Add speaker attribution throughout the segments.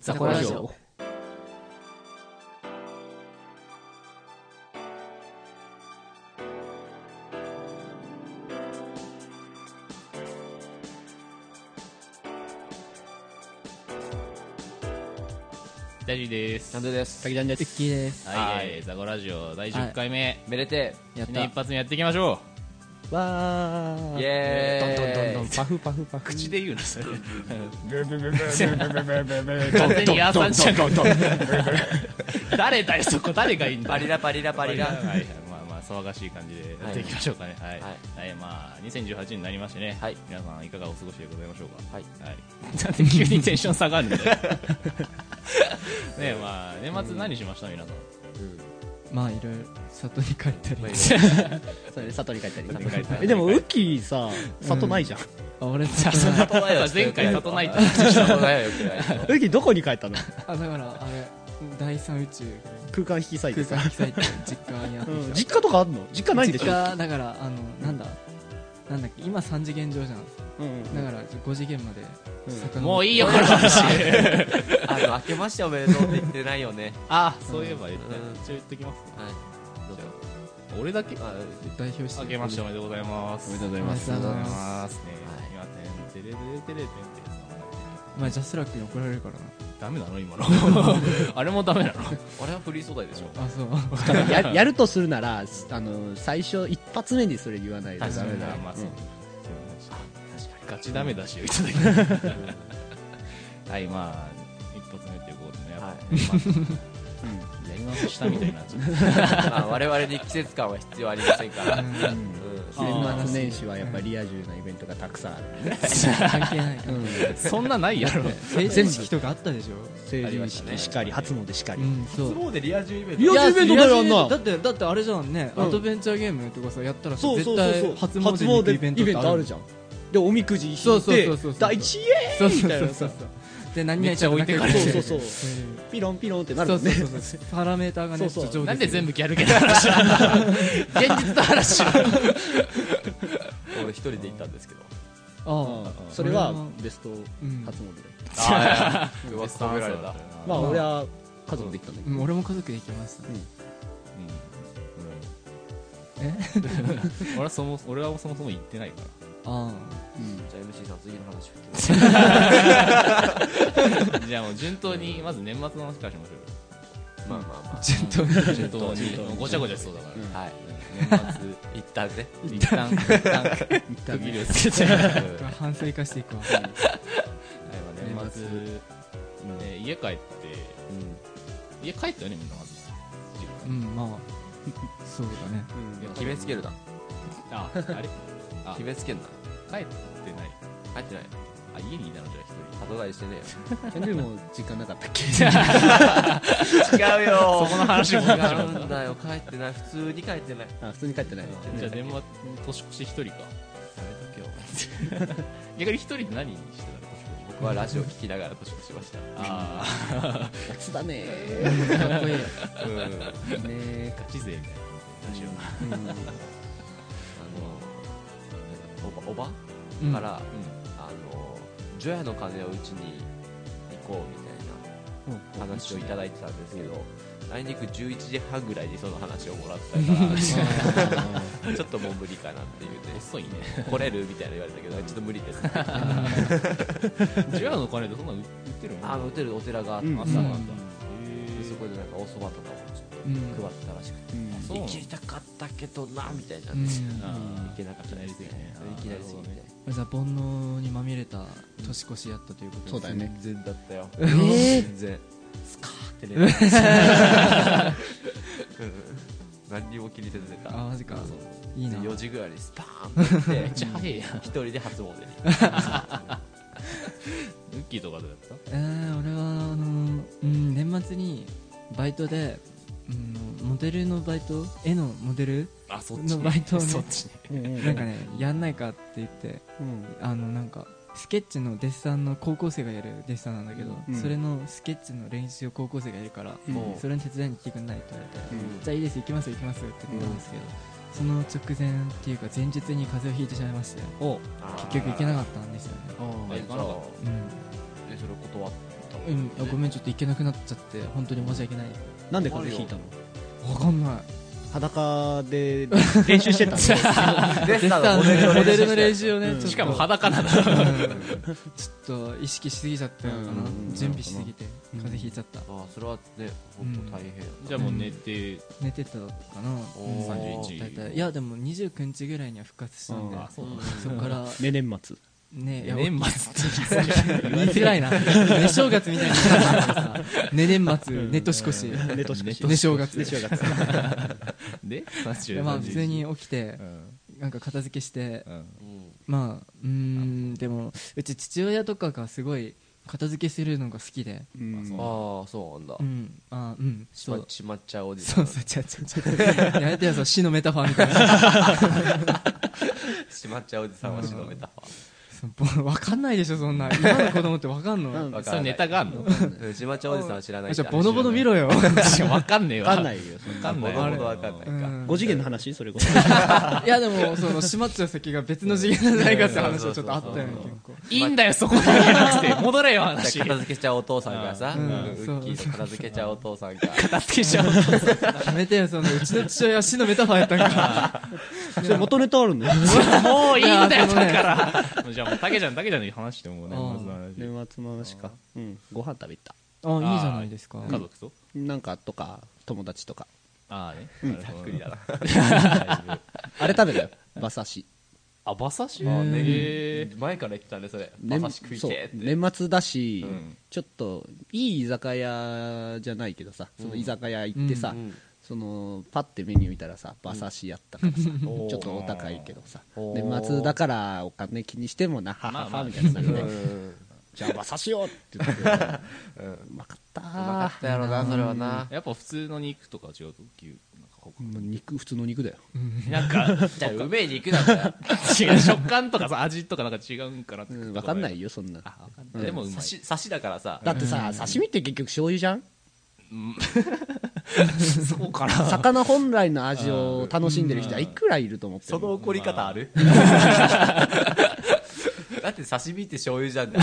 Speaker 1: ザコラジオ。
Speaker 2: 大丈夫です。
Speaker 3: なんでです。
Speaker 1: 滝ちゃんです。ッキーです。
Speaker 2: はい、えーザコラジオ第10回目、
Speaker 3: めでて
Speaker 1: やっ
Speaker 2: 記念
Speaker 1: た
Speaker 2: 一。発目やっていきましょ
Speaker 1: わ
Speaker 3: え。
Speaker 1: ー。
Speaker 3: イ
Speaker 2: え
Speaker 3: エーイ。
Speaker 1: どんどんどんどん。パフパフパ
Speaker 2: う。
Speaker 1: フ。
Speaker 2: 口で言うのそれ。
Speaker 4: Bye.
Speaker 2: 勝手にやーさんちゃんが歌う。 誰だよそこ誰がいいんだ
Speaker 3: パ。リラパリラパリラ。
Speaker 2: はいはいまあまあ騒がしい感じでやっていきましょうかね。はい。はい、まあ2018になりましてね。
Speaker 3: はい
Speaker 2: 皆さんいかがお過ごしでございましょうか。
Speaker 3: はい。
Speaker 2: はい。 なんで急にテンション下がるんだよ。ねえまあ年末何しました皆さん。
Speaker 5: まあいろいろ里に帰ったり
Speaker 1: それで里に帰ったり。
Speaker 2: 里に帰ったり
Speaker 1: え、でも、ウッキーさ、里ないじゃん。ウ
Speaker 5: あ俺
Speaker 2: さ
Speaker 5: 里
Speaker 2: そ
Speaker 5: ない
Speaker 2: の
Speaker 3: ないよ
Speaker 2: 前回里ないって。
Speaker 3: そうだよよくない
Speaker 1: ッキーどこに帰ったの
Speaker 5: あだからあれ第三宇宙
Speaker 1: 空間引き裂いて
Speaker 5: 空
Speaker 1: さ
Speaker 5: 間。被災地実家にあって
Speaker 1: うん
Speaker 5: き
Speaker 1: 実家とかあんの実家
Speaker 5: た
Speaker 1: ないんでし
Speaker 5: 実
Speaker 1: ょ
Speaker 5: 家だからあのなんだなんだっけ今三次元上じゃん
Speaker 1: うん
Speaker 5: だから5次元まで遡って
Speaker 2: もういいよこの話。
Speaker 3: あの明けましておめでとうって言ってないよね。
Speaker 2: あそういえば言っ
Speaker 3: うん
Speaker 2: て一応言っときますね
Speaker 3: はい。どうぞ
Speaker 2: 俺だけ
Speaker 3: あ
Speaker 5: 代表して
Speaker 2: あけましておめでとうございますおめでとうご
Speaker 5: ざいます
Speaker 2: おめでとうございますね
Speaker 3: はい
Speaker 2: 今てんてれてれてれてんて
Speaker 5: お前ジャスラックに怒られるからな
Speaker 2: ダメなの今の あれも ダメなの
Speaker 3: あれはフリー素材でしょ。
Speaker 5: あそう
Speaker 1: ややるとするなら、あの、最初一発目にそれ言わないとダメだよ
Speaker 2: あ。まあそう
Speaker 1: うん
Speaker 2: ガチダメ出しをいただきたはいまあ一発目っていうことでね
Speaker 3: は
Speaker 2: まあやり直ししたみたいなちょっと
Speaker 3: まあ我々に季節感は必要ありませんから。うん
Speaker 1: 年末年始はやっぱりリア充なイベントがたくさんある。
Speaker 5: 関係ないから
Speaker 2: そんなないやろ
Speaker 5: 成人式とかあったでしょ
Speaker 1: 成人式しかり、初詣しか
Speaker 5: う
Speaker 1: り。
Speaker 5: んそう
Speaker 4: でリア充イベン
Speaker 1: リア充イベントだよあん
Speaker 5: いや
Speaker 1: な
Speaker 5: だってだってあれじゃんね、
Speaker 1: うん
Speaker 5: アドベンチャーゲームとかさやったらさ
Speaker 1: そうそうそうそう
Speaker 5: 絶対初詣に行くイベント
Speaker 1: イベントある
Speaker 5: じ
Speaker 1: じゃんでおみくじ引いて
Speaker 5: そうそうそうそう
Speaker 1: 第一イ
Speaker 5: ゃんそう
Speaker 1: エーイ
Speaker 5: そ
Speaker 1: み
Speaker 5: う
Speaker 1: たい
Speaker 5: そ
Speaker 1: な
Speaker 5: う
Speaker 1: さ
Speaker 5: そうで何々ちゃん
Speaker 2: めっちゃ置いてかれ
Speaker 1: そ
Speaker 2: て
Speaker 1: う
Speaker 2: る
Speaker 1: そうそうピロンピロンってなる
Speaker 5: そ
Speaker 1: も
Speaker 5: うんそう
Speaker 1: ね
Speaker 5: そうそうパラメーターがね
Speaker 1: そうそう
Speaker 5: ちょっと上下
Speaker 2: なんで全部ギャルゲーの話なんだ 現実の話しろ
Speaker 3: 俺一人で行ったんですけど。
Speaker 5: ああ
Speaker 1: それは
Speaker 5: 俺は
Speaker 1: ベスト
Speaker 5: うん
Speaker 1: 初詣で
Speaker 3: ああ、うわ、褒められ た。
Speaker 1: まあ俺は家族で行ったんだけ
Speaker 5: うん俺も家族で行きました、え
Speaker 2: 俺はそも俺はそもそも行ってないから
Speaker 5: あ
Speaker 3: じゃあ MC さん次の話を聞いて
Speaker 2: じゃあもう順当にまず年末の話からしましょ
Speaker 3: まあまあま
Speaker 5: あ順当に
Speaker 2: うよ順当にもうごちゃごちゃしそうだから、
Speaker 3: あ。はい。
Speaker 2: 年
Speaker 3: 一旦ね。
Speaker 2: 末一旦一旦区切りをつけて、はいま
Speaker 5: 反省化していくわ
Speaker 2: あ、年末、ね、家帰って家帰ったよねみんなまず実家
Speaker 5: う
Speaker 2: に
Speaker 5: んまあそうだね
Speaker 3: いや決めつ けるな。
Speaker 2: ああれあ
Speaker 3: 決めつけんな。
Speaker 2: 帰ってない
Speaker 3: 入ってない。
Speaker 2: あ家にいたのじゃあ一人
Speaker 3: 後返りしてね
Speaker 1: どでも時間なかったっけ
Speaker 3: えよ。違うよ。
Speaker 2: そこの話も
Speaker 3: 違
Speaker 2: 聞かなかった
Speaker 3: うんだよ。帰ってない。普通に帰ってない。
Speaker 1: あ普通に帰ってないわ
Speaker 2: じゃあ年末年越し一人かやめとけよ逆に一人で何にしてたの年越し
Speaker 3: 僕はラジオ聞きながら年越しました。
Speaker 2: あ
Speaker 1: 夏だね
Speaker 5: かっこいい
Speaker 2: あうん
Speaker 1: ねえ
Speaker 2: ガチ勢みたいなラジオ
Speaker 3: あの、おば、お
Speaker 5: う
Speaker 3: ば
Speaker 5: ん
Speaker 3: から、あの、除夜の鐘をうちに行こうみたいな話をいただいてたんですけど、あいにく11時半ぐらいにその話をもらったから、ちょっともう無理かなっていうね。
Speaker 2: 遅いね
Speaker 3: 来れるみたいな言われたけど、ちょっと無理です。
Speaker 2: ジュアの金でそんなの売ってるもん
Speaker 3: あの、ホテルお寺があって、
Speaker 1: うん
Speaker 2: あそうなんだ
Speaker 3: でそこでなんかお蕎麦とかもち
Speaker 5: う
Speaker 3: ょっ
Speaker 5: ん
Speaker 3: と配ってたらしくて、
Speaker 1: うん
Speaker 2: そう
Speaker 3: 行きたかったけどな、みたいな
Speaker 5: うん
Speaker 3: ね。
Speaker 2: あ
Speaker 3: 行けなかったですね。
Speaker 2: い
Speaker 3: い
Speaker 2: き
Speaker 3: き
Speaker 2: な
Speaker 3: なり
Speaker 2: りす
Speaker 3: す
Speaker 2: ぎ
Speaker 3: ぎ
Speaker 2: て
Speaker 3: て。
Speaker 5: じゃあ煩悩にまみれた年越しやったということです
Speaker 1: そうだよね
Speaker 3: 全然だったよ。
Speaker 1: ええ
Speaker 3: 全然。スカーってね。何にも気にせず寝
Speaker 5: あ
Speaker 3: た。
Speaker 5: マジか
Speaker 3: そう
Speaker 5: いいな
Speaker 3: 4時ぐらいにスパーンって行っ
Speaker 2: めっ
Speaker 3: て
Speaker 2: ちゃ、早いやんウ
Speaker 3: 一人で初詣に。
Speaker 2: ッキーとかどうやった
Speaker 5: えー、俺はあのーうん、年末にバイトで、うん、モデルのバイト絵のモデル
Speaker 2: あそ
Speaker 5: のバイトをね
Speaker 2: そっちね
Speaker 5: なんかねやんないかって言って
Speaker 1: うん
Speaker 5: あのなんかスケッチのデッサンの高校生がやるデッサンなんだけど、
Speaker 1: うん
Speaker 5: それのスケッチの練習を高校生がやるから、
Speaker 3: も
Speaker 5: それの手伝いに来てくんないって言われて、
Speaker 1: うん
Speaker 5: じゃあいいです行きますよ行きますよって言ったんですけど、その直前っていうか前日に風邪をひいてしまいまして
Speaker 2: お
Speaker 3: あー
Speaker 5: 結局行けなかったんですよね
Speaker 2: あ行かなかっ
Speaker 3: え
Speaker 5: うん
Speaker 3: それ断っ
Speaker 2: ったもん、
Speaker 5: うんあごめんちょっと行けなくなっちゃって本当に申し訳ない
Speaker 1: なんで風邪ひいたの
Speaker 5: わかんない
Speaker 1: 裸で練習してたの
Speaker 3: デッ
Speaker 5: デス
Speaker 3: サン
Speaker 5: タ
Speaker 3: の
Speaker 5: の
Speaker 3: モデルの
Speaker 5: モ
Speaker 3: 練習
Speaker 5: デルの練習をね、
Speaker 1: う
Speaker 5: ちょ
Speaker 1: ん
Speaker 5: っと
Speaker 2: しかも裸なんだ
Speaker 5: うん ちょっと意識しすぎちゃったのかな、
Speaker 1: うん
Speaker 5: 準備しすぎて
Speaker 1: うん
Speaker 5: 風邪ひいちゃった、
Speaker 3: ああそれはね
Speaker 5: う
Speaker 3: 本
Speaker 5: ん
Speaker 3: 当大変やな
Speaker 2: じゃあもう寝て
Speaker 5: 寝てたのかな
Speaker 3: おー
Speaker 2: 31
Speaker 5: 大体いやでも29日ぐらいには復活したんで
Speaker 1: うんあ
Speaker 2: そうなんだ
Speaker 5: そこから
Speaker 1: ね年 末
Speaker 5: ねいや
Speaker 2: 年末って
Speaker 5: 言いづらいな寝正月みたいな寝年末寝年越し
Speaker 1: 寝年越し
Speaker 5: 寝正月
Speaker 1: 寝正月
Speaker 2: で
Speaker 5: い
Speaker 2: 31
Speaker 5: やまあ普通に起きて
Speaker 2: うん
Speaker 5: なんか片付けして
Speaker 2: うん
Speaker 3: うん
Speaker 5: まあうーんでもうち父親とかがすごい片付けするのが好きで
Speaker 1: うん
Speaker 3: ああそうなんだ
Speaker 5: うんあうん
Speaker 3: し
Speaker 5: そ
Speaker 3: ま
Speaker 5: う
Speaker 3: しまっちゃうおじさ
Speaker 5: そ
Speaker 3: ん
Speaker 5: うそうちょちょちょやめてよその死のメタファーみたい な
Speaker 3: しまっちゃうおじさんはしのべた
Speaker 5: そのぼわかんないでしょそんな今の子供ってわかんの
Speaker 1: うん
Speaker 3: わか
Speaker 2: そ
Speaker 3: ら
Speaker 2: れ
Speaker 3: ない
Speaker 2: ネタがあんの
Speaker 3: うんしまっちゃうおじさんは知らない
Speaker 5: じゃあボノボノ見ろ よ
Speaker 2: わかんねえわ
Speaker 1: わかんないよそんな
Speaker 2: わかんない
Speaker 3: ボノボノわかんない
Speaker 5: うん
Speaker 1: 五次元の話それこそ
Speaker 5: いやでもその島っちゃう先が別の次元なんじゃないかって話はちょっとあったよね
Speaker 3: うん
Speaker 5: 結構
Speaker 2: いいんだよそこだけじゃなくて戻れよ話
Speaker 3: 片付けちゃうお父さんがさ、
Speaker 5: う
Speaker 3: うんん
Speaker 5: うん
Speaker 3: ウッキーの片付けちゃうお父さんが
Speaker 2: 片付けちゃう
Speaker 5: やめてよそのうちの父親は死のメタファーやったんか
Speaker 1: それ元ネタあるんだ よ
Speaker 2: もう いいんだよだ
Speaker 5: いやそのね
Speaker 2: からじゃあもう竹ちゃん竹ちゃんの話してもうね
Speaker 5: うん
Speaker 2: まずの話
Speaker 1: 年末の話かうんご飯食べた
Speaker 5: あいいじゃないですか
Speaker 2: 家族と
Speaker 1: なんかとか友達とか
Speaker 2: ああねざっ
Speaker 3: びっくりだな
Speaker 2: な
Speaker 1: あれ食べたよ馬刺し
Speaker 2: あ馬刺し
Speaker 5: あーね
Speaker 2: へー
Speaker 3: 前から言ってたねそれ
Speaker 1: 年
Speaker 3: 馬刺し食いてえって
Speaker 1: そう年末だし、
Speaker 2: うん
Speaker 1: ちょっといい居酒屋じゃないけどさその居酒屋行ってさ、
Speaker 3: うん
Speaker 1: そのパッてメニュー見たらさ馬刺しやったからさ、
Speaker 3: おー
Speaker 1: ちょっとお高いけどさ
Speaker 3: おー
Speaker 1: 年末だからお金気にしてもなは
Speaker 2: ま
Speaker 1: は
Speaker 2: あま
Speaker 1: は
Speaker 2: あ
Speaker 1: みたいな感じで、
Speaker 3: うん
Speaker 1: じゃあ馬刺しようって言ってたけどうまかったー
Speaker 3: うまかったやろなそれはな
Speaker 2: やっぱ普通の肉とか違うと牛なんか他
Speaker 1: うん肉普通の肉だよ
Speaker 2: なんか
Speaker 3: じゃあうめえ肉なん だよ
Speaker 2: 違う 食感とかさ味とかなんか違うんかなって
Speaker 1: 分かんないよそんな
Speaker 2: あわかんないでもうま
Speaker 3: 刺
Speaker 2: い
Speaker 3: し刺しだからさ
Speaker 1: だってさ、刺身って結局醤油じゃん
Speaker 2: そうかな
Speaker 1: 魚本来の味を楽しんでる人はいくらいると思って
Speaker 3: そ
Speaker 1: る
Speaker 3: の怒り方あるだって刺身って醤油じゃんね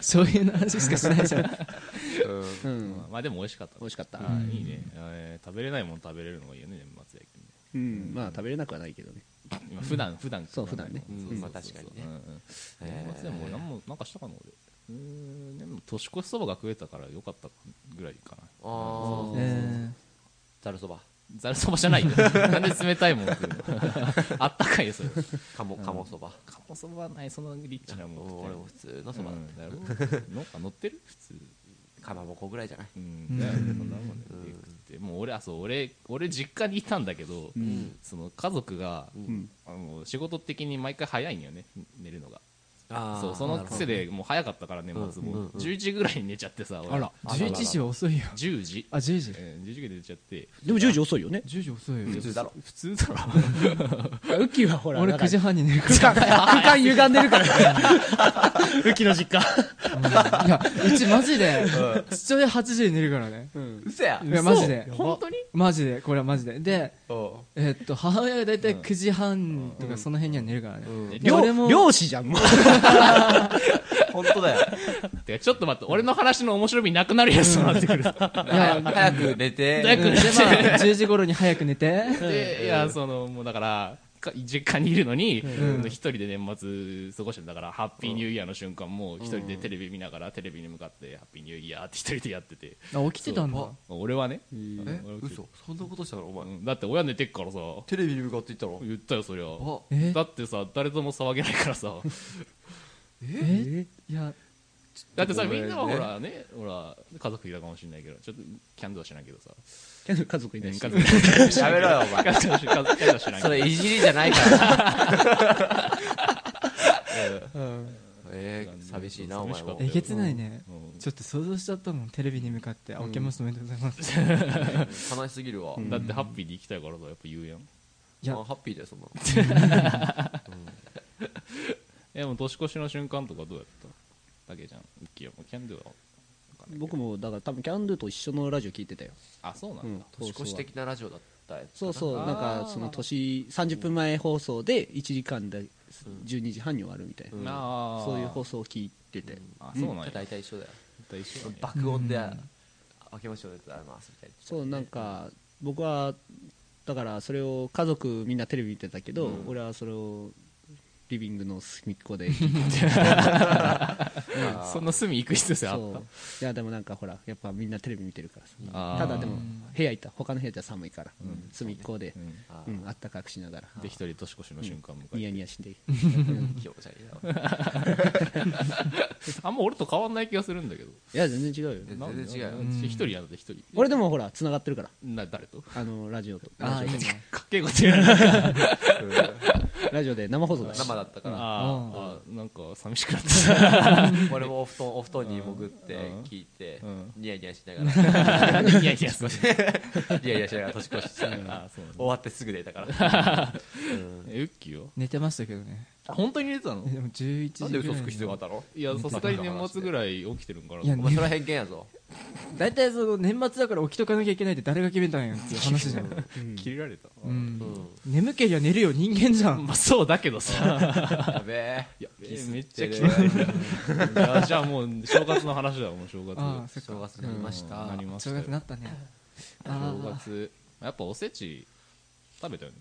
Speaker 5: そういう話しかしないじゃん
Speaker 1: う
Speaker 2: ま
Speaker 1: ん
Speaker 2: あまあでも美味しかった
Speaker 1: 美味しかった、
Speaker 2: あーいいねえー食べれないもん食べれるのがいいよね年末焼きね
Speaker 1: うん、まあ食べれなくはないけどね
Speaker 2: 今普段普段
Speaker 1: そう普段ね
Speaker 2: そうそう
Speaker 3: うん
Speaker 2: そう
Speaker 3: まあ確かにね
Speaker 2: うんうん
Speaker 3: えー
Speaker 2: 年末でも何もなんかしたかな俺うーんでも年越しそばが食えたからよかったぐらいかな
Speaker 3: ああ
Speaker 5: え
Speaker 3: ざるそば
Speaker 2: ざるそばじゃ ないよなんで冷たいもん食うの あったかいよそれ
Speaker 3: 鴨鴨そば
Speaker 2: かもそばはないそのリッチなもん食って
Speaker 3: 俺も普通のそばだ
Speaker 2: うんだろなんか乗ってる普通
Speaker 3: かまぼこぐらいじゃない
Speaker 2: うんだよねそんなもんねで食ってもう俺あそう俺俺実家にいたんだけど
Speaker 1: ん
Speaker 2: その家族が
Speaker 1: うん
Speaker 2: あの仕事的に毎回早いんよね寝るのが
Speaker 3: あー
Speaker 2: そうその癖でもう早かったからねまずも
Speaker 3: うんうん
Speaker 2: う
Speaker 3: うん
Speaker 2: 11時ぐらいに寝ちゃってさ俺
Speaker 5: あら11時は遅いよ
Speaker 2: 10時
Speaker 5: あ10時
Speaker 2: えー10時ぐらいに寝ちゃって
Speaker 1: でも10時遅いよね
Speaker 5: 10時遅いよ
Speaker 3: 普通だろ
Speaker 2: 普通だろ
Speaker 1: ウッキーはほら
Speaker 5: 俺
Speaker 1: なんか
Speaker 5: 9時半に寝るか
Speaker 1: 空 間歪んでるからウッキーの実家
Speaker 5: らいやうちマジで父親8時に寝るからね
Speaker 1: うん
Speaker 3: うそや
Speaker 5: いやマジで
Speaker 2: 嘘本当に
Speaker 5: マジでこれはマジでで
Speaker 3: お
Speaker 5: えっと母親が大体9時半とかその辺には寝るからね
Speaker 3: うん
Speaker 2: え
Speaker 5: で俺も
Speaker 1: 漁師じゃんもう
Speaker 3: 本当だよ
Speaker 2: てかちょっと待って俺の話の面白みなくなるやつとなってくる
Speaker 5: いや
Speaker 3: 早く寝て
Speaker 2: 早
Speaker 5: うん
Speaker 2: く
Speaker 5: でまあ10時頃に早く寝て
Speaker 2: でいやそのもうだからか実家にいるのに
Speaker 5: ん
Speaker 2: 一人で年末過ごしてんだからハッピーニューイヤーの瞬間も一人でテレビ見ながらテレビに向かってハッピーニューイヤーって一人でやってて
Speaker 5: あ起きてたんだ
Speaker 2: 俺はね
Speaker 3: え
Speaker 2: 俺は起きて
Speaker 3: 嘘そんなことしたのお
Speaker 2: う
Speaker 3: 前
Speaker 2: んだって親寝てっからさ
Speaker 3: テレビに向かって行ったの
Speaker 2: 言ったよそりゃ
Speaker 3: あ
Speaker 5: え
Speaker 2: だってさ誰とも騒げないか らさ
Speaker 5: えいや
Speaker 2: だってさ
Speaker 3: ご
Speaker 2: み
Speaker 3: めんね
Speaker 2: んなはほらねほら家族いたかもしれないけどちょっとキャンドルはしないけどさ
Speaker 1: 家族い
Speaker 2: 家
Speaker 1: ないし
Speaker 2: 族いない
Speaker 3: やめろよお
Speaker 2: キ
Speaker 3: 前
Speaker 2: ャンドルはしキャンドルはしないけ
Speaker 3: そ
Speaker 2: ど
Speaker 3: れいじりじゃないから えー寂しいなお前も
Speaker 5: えげつないね
Speaker 2: うん
Speaker 5: ちょっと想像しちゃったもんテレビに向かって「あ明けましておめでとうございます」
Speaker 3: 悲しすぎるわ
Speaker 2: だってハッピーで行きたいからさやっぱ言うやん
Speaker 5: いや
Speaker 3: まあハッピーだよ そんなの
Speaker 2: えもう年越しの瞬間とかどうやっただけじゃんウッキーはもうキャンドルは
Speaker 1: 僕もだから多分キャンドゥと一緒のラジオ聞いてたよ、
Speaker 2: あそうな
Speaker 1: うんん
Speaker 2: だ、
Speaker 1: 放
Speaker 3: 年越
Speaker 1: 送は
Speaker 3: し的なラジオだったやつ
Speaker 1: そうそう
Speaker 2: あー
Speaker 1: なんかその年30分前放送で1時間で12時半に終わるみたいな、
Speaker 3: うん
Speaker 2: ああ
Speaker 1: そういう放送を聞いてて、
Speaker 2: あそうなん
Speaker 3: だ
Speaker 2: や
Speaker 3: 大体一緒だよ
Speaker 2: と一緒だね
Speaker 3: 爆音で
Speaker 5: うん
Speaker 3: 開けましょうってありますみたいな
Speaker 1: そうなんか僕はだからそれを家族みんなテレビ見てたけど、
Speaker 3: うん
Speaker 1: 俺はそれをリビングの隅っこで聞いて
Speaker 3: あー
Speaker 2: そんな隅行く必要性あ
Speaker 1: そ
Speaker 2: っ
Speaker 1: ういやでもなんかほらやっぱみんなテレビ見てるからさ
Speaker 2: た
Speaker 1: ただでも
Speaker 5: うん
Speaker 1: 部屋いた他の部屋じゃ寒いから、
Speaker 2: うん
Speaker 1: 隅っこで
Speaker 2: う、ん
Speaker 3: あ
Speaker 1: う
Speaker 3: ー
Speaker 1: ん、あったかくしながら
Speaker 2: で一人年越しの瞬間を迎えて
Speaker 1: ニヤニヤして
Speaker 3: 気持ち悪いな
Speaker 2: あんま俺と変わんない気がするんだけど
Speaker 1: いや全然違うよ
Speaker 3: え全然違うよ
Speaker 2: なんで一人やんだって一人
Speaker 1: 俺でもほら繋がってるから
Speaker 2: な誰と
Speaker 1: あのラジオと
Speaker 5: あ
Speaker 1: ラ
Speaker 5: あい
Speaker 1: ジ
Speaker 5: い
Speaker 1: オ
Speaker 5: ね
Speaker 2: かっけえこと言うな
Speaker 1: ラジオで生放送だし
Speaker 3: 生だったから
Speaker 2: あーあーなんか寂しくなった
Speaker 3: 俺もお布団お布団に潜って
Speaker 2: うん
Speaker 3: 聞いて
Speaker 2: うん
Speaker 3: ニヤニヤしながら
Speaker 2: いやいやそう
Speaker 3: ニヤニヤしながら年越ししたから
Speaker 2: あーそうなんだ
Speaker 3: 終わってすぐ出た から、うん
Speaker 2: えウッキーは
Speaker 5: 寝てましたけどね
Speaker 2: 本当に寝てたの
Speaker 5: えでも11時
Speaker 3: なんで嘘つく必要があ
Speaker 5: っ
Speaker 3: ったの
Speaker 2: いやさすがに年末ぐらい起きてるんかない
Speaker 5: や
Speaker 3: お前それは偏見やぞ
Speaker 5: た大体その年末だから起きとかなきゃいけないって誰が決めたんやっていう話じゃん、
Speaker 1: うん
Speaker 2: 切れられた
Speaker 5: う、
Speaker 3: うんん
Speaker 5: 眠けりゃ寝るよ人間じゃん
Speaker 2: まあそうだけどさ
Speaker 3: やべえ
Speaker 2: いやめっち
Speaker 3: じ
Speaker 2: ゃ
Speaker 3: ゃ
Speaker 2: 切れられ たいやじゃあもう正月の話だよもう正月
Speaker 5: ああそっ
Speaker 3: 正
Speaker 5: か
Speaker 3: 月になりました、
Speaker 2: うんなりました
Speaker 5: 正
Speaker 2: よ
Speaker 5: 月なったねあ
Speaker 2: 正
Speaker 5: あ
Speaker 2: 月やっぱおせち食べたよね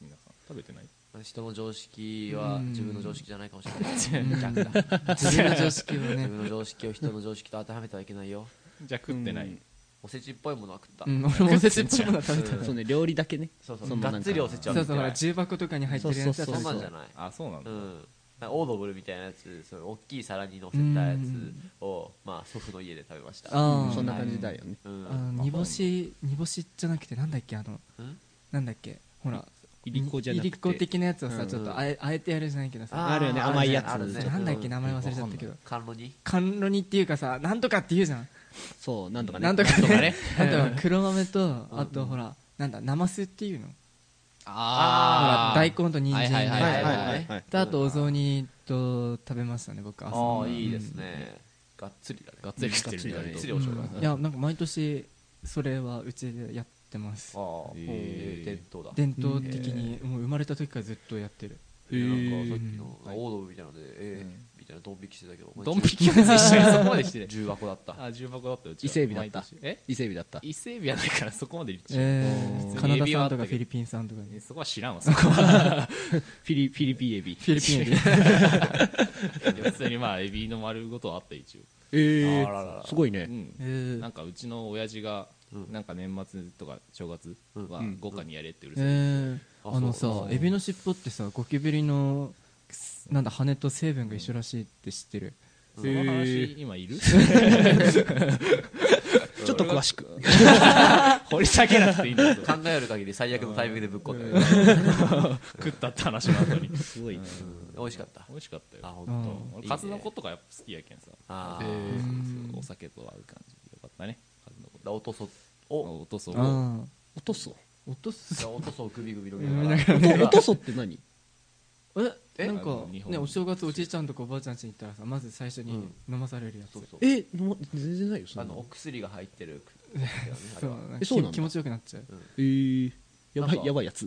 Speaker 2: 皆さん食べてない
Speaker 3: 人の常識は
Speaker 5: うん
Speaker 3: 自分の常識じゃないかもしれない
Speaker 5: うん
Speaker 3: 逆だ
Speaker 5: 自分の常識を
Speaker 3: 自
Speaker 5: ね
Speaker 3: 分の常識を人の常識と当てはめてはいけないよ
Speaker 2: じゃあ食ってない、
Speaker 1: うん
Speaker 3: おせちっぽいものは食った、
Speaker 5: うん、俺もおせちっぽいものは食べた
Speaker 3: うん
Speaker 1: そうね料理だけね
Speaker 3: そうそう
Speaker 1: そのなん
Speaker 3: が
Speaker 1: か
Speaker 3: っつりおせちは
Speaker 5: そ
Speaker 3: 食っ
Speaker 5: うそ
Speaker 3: て
Speaker 5: うほら
Speaker 3: ない
Speaker 5: 重箱とかに入ってるやつは
Speaker 1: そう
Speaker 3: そ
Speaker 1: そ
Speaker 3: ん
Speaker 1: う
Speaker 3: なん
Speaker 1: そう
Speaker 3: じゃない
Speaker 2: あそうなんだ、
Speaker 3: うんオードブルみたいなやつその大きい皿に乗せたやつを、まあ、祖父の家で食べました
Speaker 5: ああ
Speaker 1: そんな感じだよね
Speaker 3: うん
Speaker 5: あの煮干し煮干しじゃなくてなんだっけあの
Speaker 3: うん
Speaker 5: なんだっけほら
Speaker 1: いりこじゃなくて
Speaker 5: いりこ的なやつを
Speaker 1: うんう
Speaker 5: さ
Speaker 1: ん
Speaker 5: ちょっとあえあえてやるじゃないけどさ
Speaker 1: あるよね
Speaker 3: ー
Speaker 1: 甘いやつ
Speaker 3: あるね
Speaker 1: ー
Speaker 5: なんだっけ
Speaker 3: う
Speaker 5: 名前忘れちゃったけど
Speaker 3: 甘露煮
Speaker 5: 甘露煮っていうかさなんとかって言うじゃん
Speaker 1: そうなんとかね
Speaker 5: なんとかね
Speaker 2: ね
Speaker 5: あとは黒豆とあとほらなんだなますっていうの
Speaker 2: あ
Speaker 5: ほら大根と人
Speaker 2: は
Speaker 5: 参
Speaker 2: いはいはい
Speaker 1: はいはい
Speaker 3: は
Speaker 1: はいい、はい、
Speaker 5: とあとお雑煮と食べましたね僕朝
Speaker 3: ああいいですね、がっつりだね
Speaker 2: がっつり食ってるみたい
Speaker 1: がっ
Speaker 2: な
Speaker 1: つ
Speaker 3: りお正月
Speaker 5: いやなんか毎年それはうちでやってます
Speaker 3: ああ、
Speaker 2: へえ
Speaker 3: 伝統だ
Speaker 5: 伝統的にもう生まれた時からずっとやってる
Speaker 3: えーなんかさっき
Speaker 2: は
Speaker 3: の
Speaker 2: い
Speaker 3: オードブルみたいなので、えー
Speaker 2: うん
Speaker 3: みたいなドン引きしてたけど
Speaker 2: ドン引きは一緒にそこまでしてない
Speaker 3: 重箱だった
Speaker 2: あ重箱だったようちは
Speaker 1: 伊勢海老だった
Speaker 2: 毎年え
Speaker 1: 伊勢海老だった
Speaker 2: 伊勢海老はないからそこまで言っちゃう、
Speaker 5: え
Speaker 2: 普通
Speaker 5: ー
Speaker 2: に
Speaker 5: カナダ
Speaker 2: エビはあ
Speaker 5: さ
Speaker 2: っ
Speaker 5: ん
Speaker 2: たけど
Speaker 5: とかフィリピンさんとかに
Speaker 2: そこは知らんわそこは
Speaker 1: フィリフィリピンエビ
Speaker 5: フィリ ピンエビ
Speaker 2: 普通にまあエビの丸ごとはあった一応、
Speaker 1: え
Speaker 3: あららら
Speaker 1: すごいうね
Speaker 2: ん
Speaker 5: え
Speaker 2: なん
Speaker 5: ー
Speaker 2: かうちの親父が
Speaker 3: うん
Speaker 2: なんか年末とか正月は
Speaker 1: うん
Speaker 2: 豪華にやれってうる
Speaker 5: え
Speaker 2: さい、
Speaker 5: ー
Speaker 3: あ
Speaker 5: あの
Speaker 3: そう
Speaker 5: さエビの尻尾ってさゴキブリのなんだ羽と成分が一緒らしいって知ってる
Speaker 2: その話今いる
Speaker 1: ちょっと詳し く
Speaker 2: 掘り下げなくていいんだぞ
Speaker 3: 考える限り最悪のタイミングでぶっこんで、
Speaker 2: 食ったって話の後に
Speaker 1: すごいね
Speaker 3: 美味しかった
Speaker 2: 美味しかった
Speaker 3: あ
Speaker 2: よ
Speaker 3: 本
Speaker 5: うん
Speaker 3: 当。いい
Speaker 2: 俺
Speaker 3: ね
Speaker 2: 数の子とかやっぱ好きやけんさ
Speaker 3: あ
Speaker 2: そう
Speaker 3: ー
Speaker 2: そうそうお酒と合う感じでよかったね数の子
Speaker 3: ラオトソを
Speaker 2: お落とそう
Speaker 5: あ
Speaker 1: 落とそ
Speaker 5: あ落とす
Speaker 3: ラオトソを首首の
Speaker 1: 落とそって何
Speaker 5: え
Speaker 3: え
Speaker 5: なん
Speaker 2: あ
Speaker 5: か
Speaker 2: の日本
Speaker 5: ねお正月おじいちゃんとかおばあちゃん家に行ったらさまず最初に飲まされるやつ、
Speaker 3: そうそう
Speaker 1: えの全然ないよそ
Speaker 3: あ
Speaker 1: んな
Speaker 3: のお
Speaker 1: の
Speaker 3: 薬が入ってるあ
Speaker 5: そ
Speaker 3: れ
Speaker 5: う
Speaker 3: は
Speaker 5: なんか
Speaker 1: え そうなんだ
Speaker 5: 気気持ちよくなっちゃう
Speaker 1: えーやば
Speaker 3: なん
Speaker 1: い
Speaker 3: か
Speaker 1: やばいや つ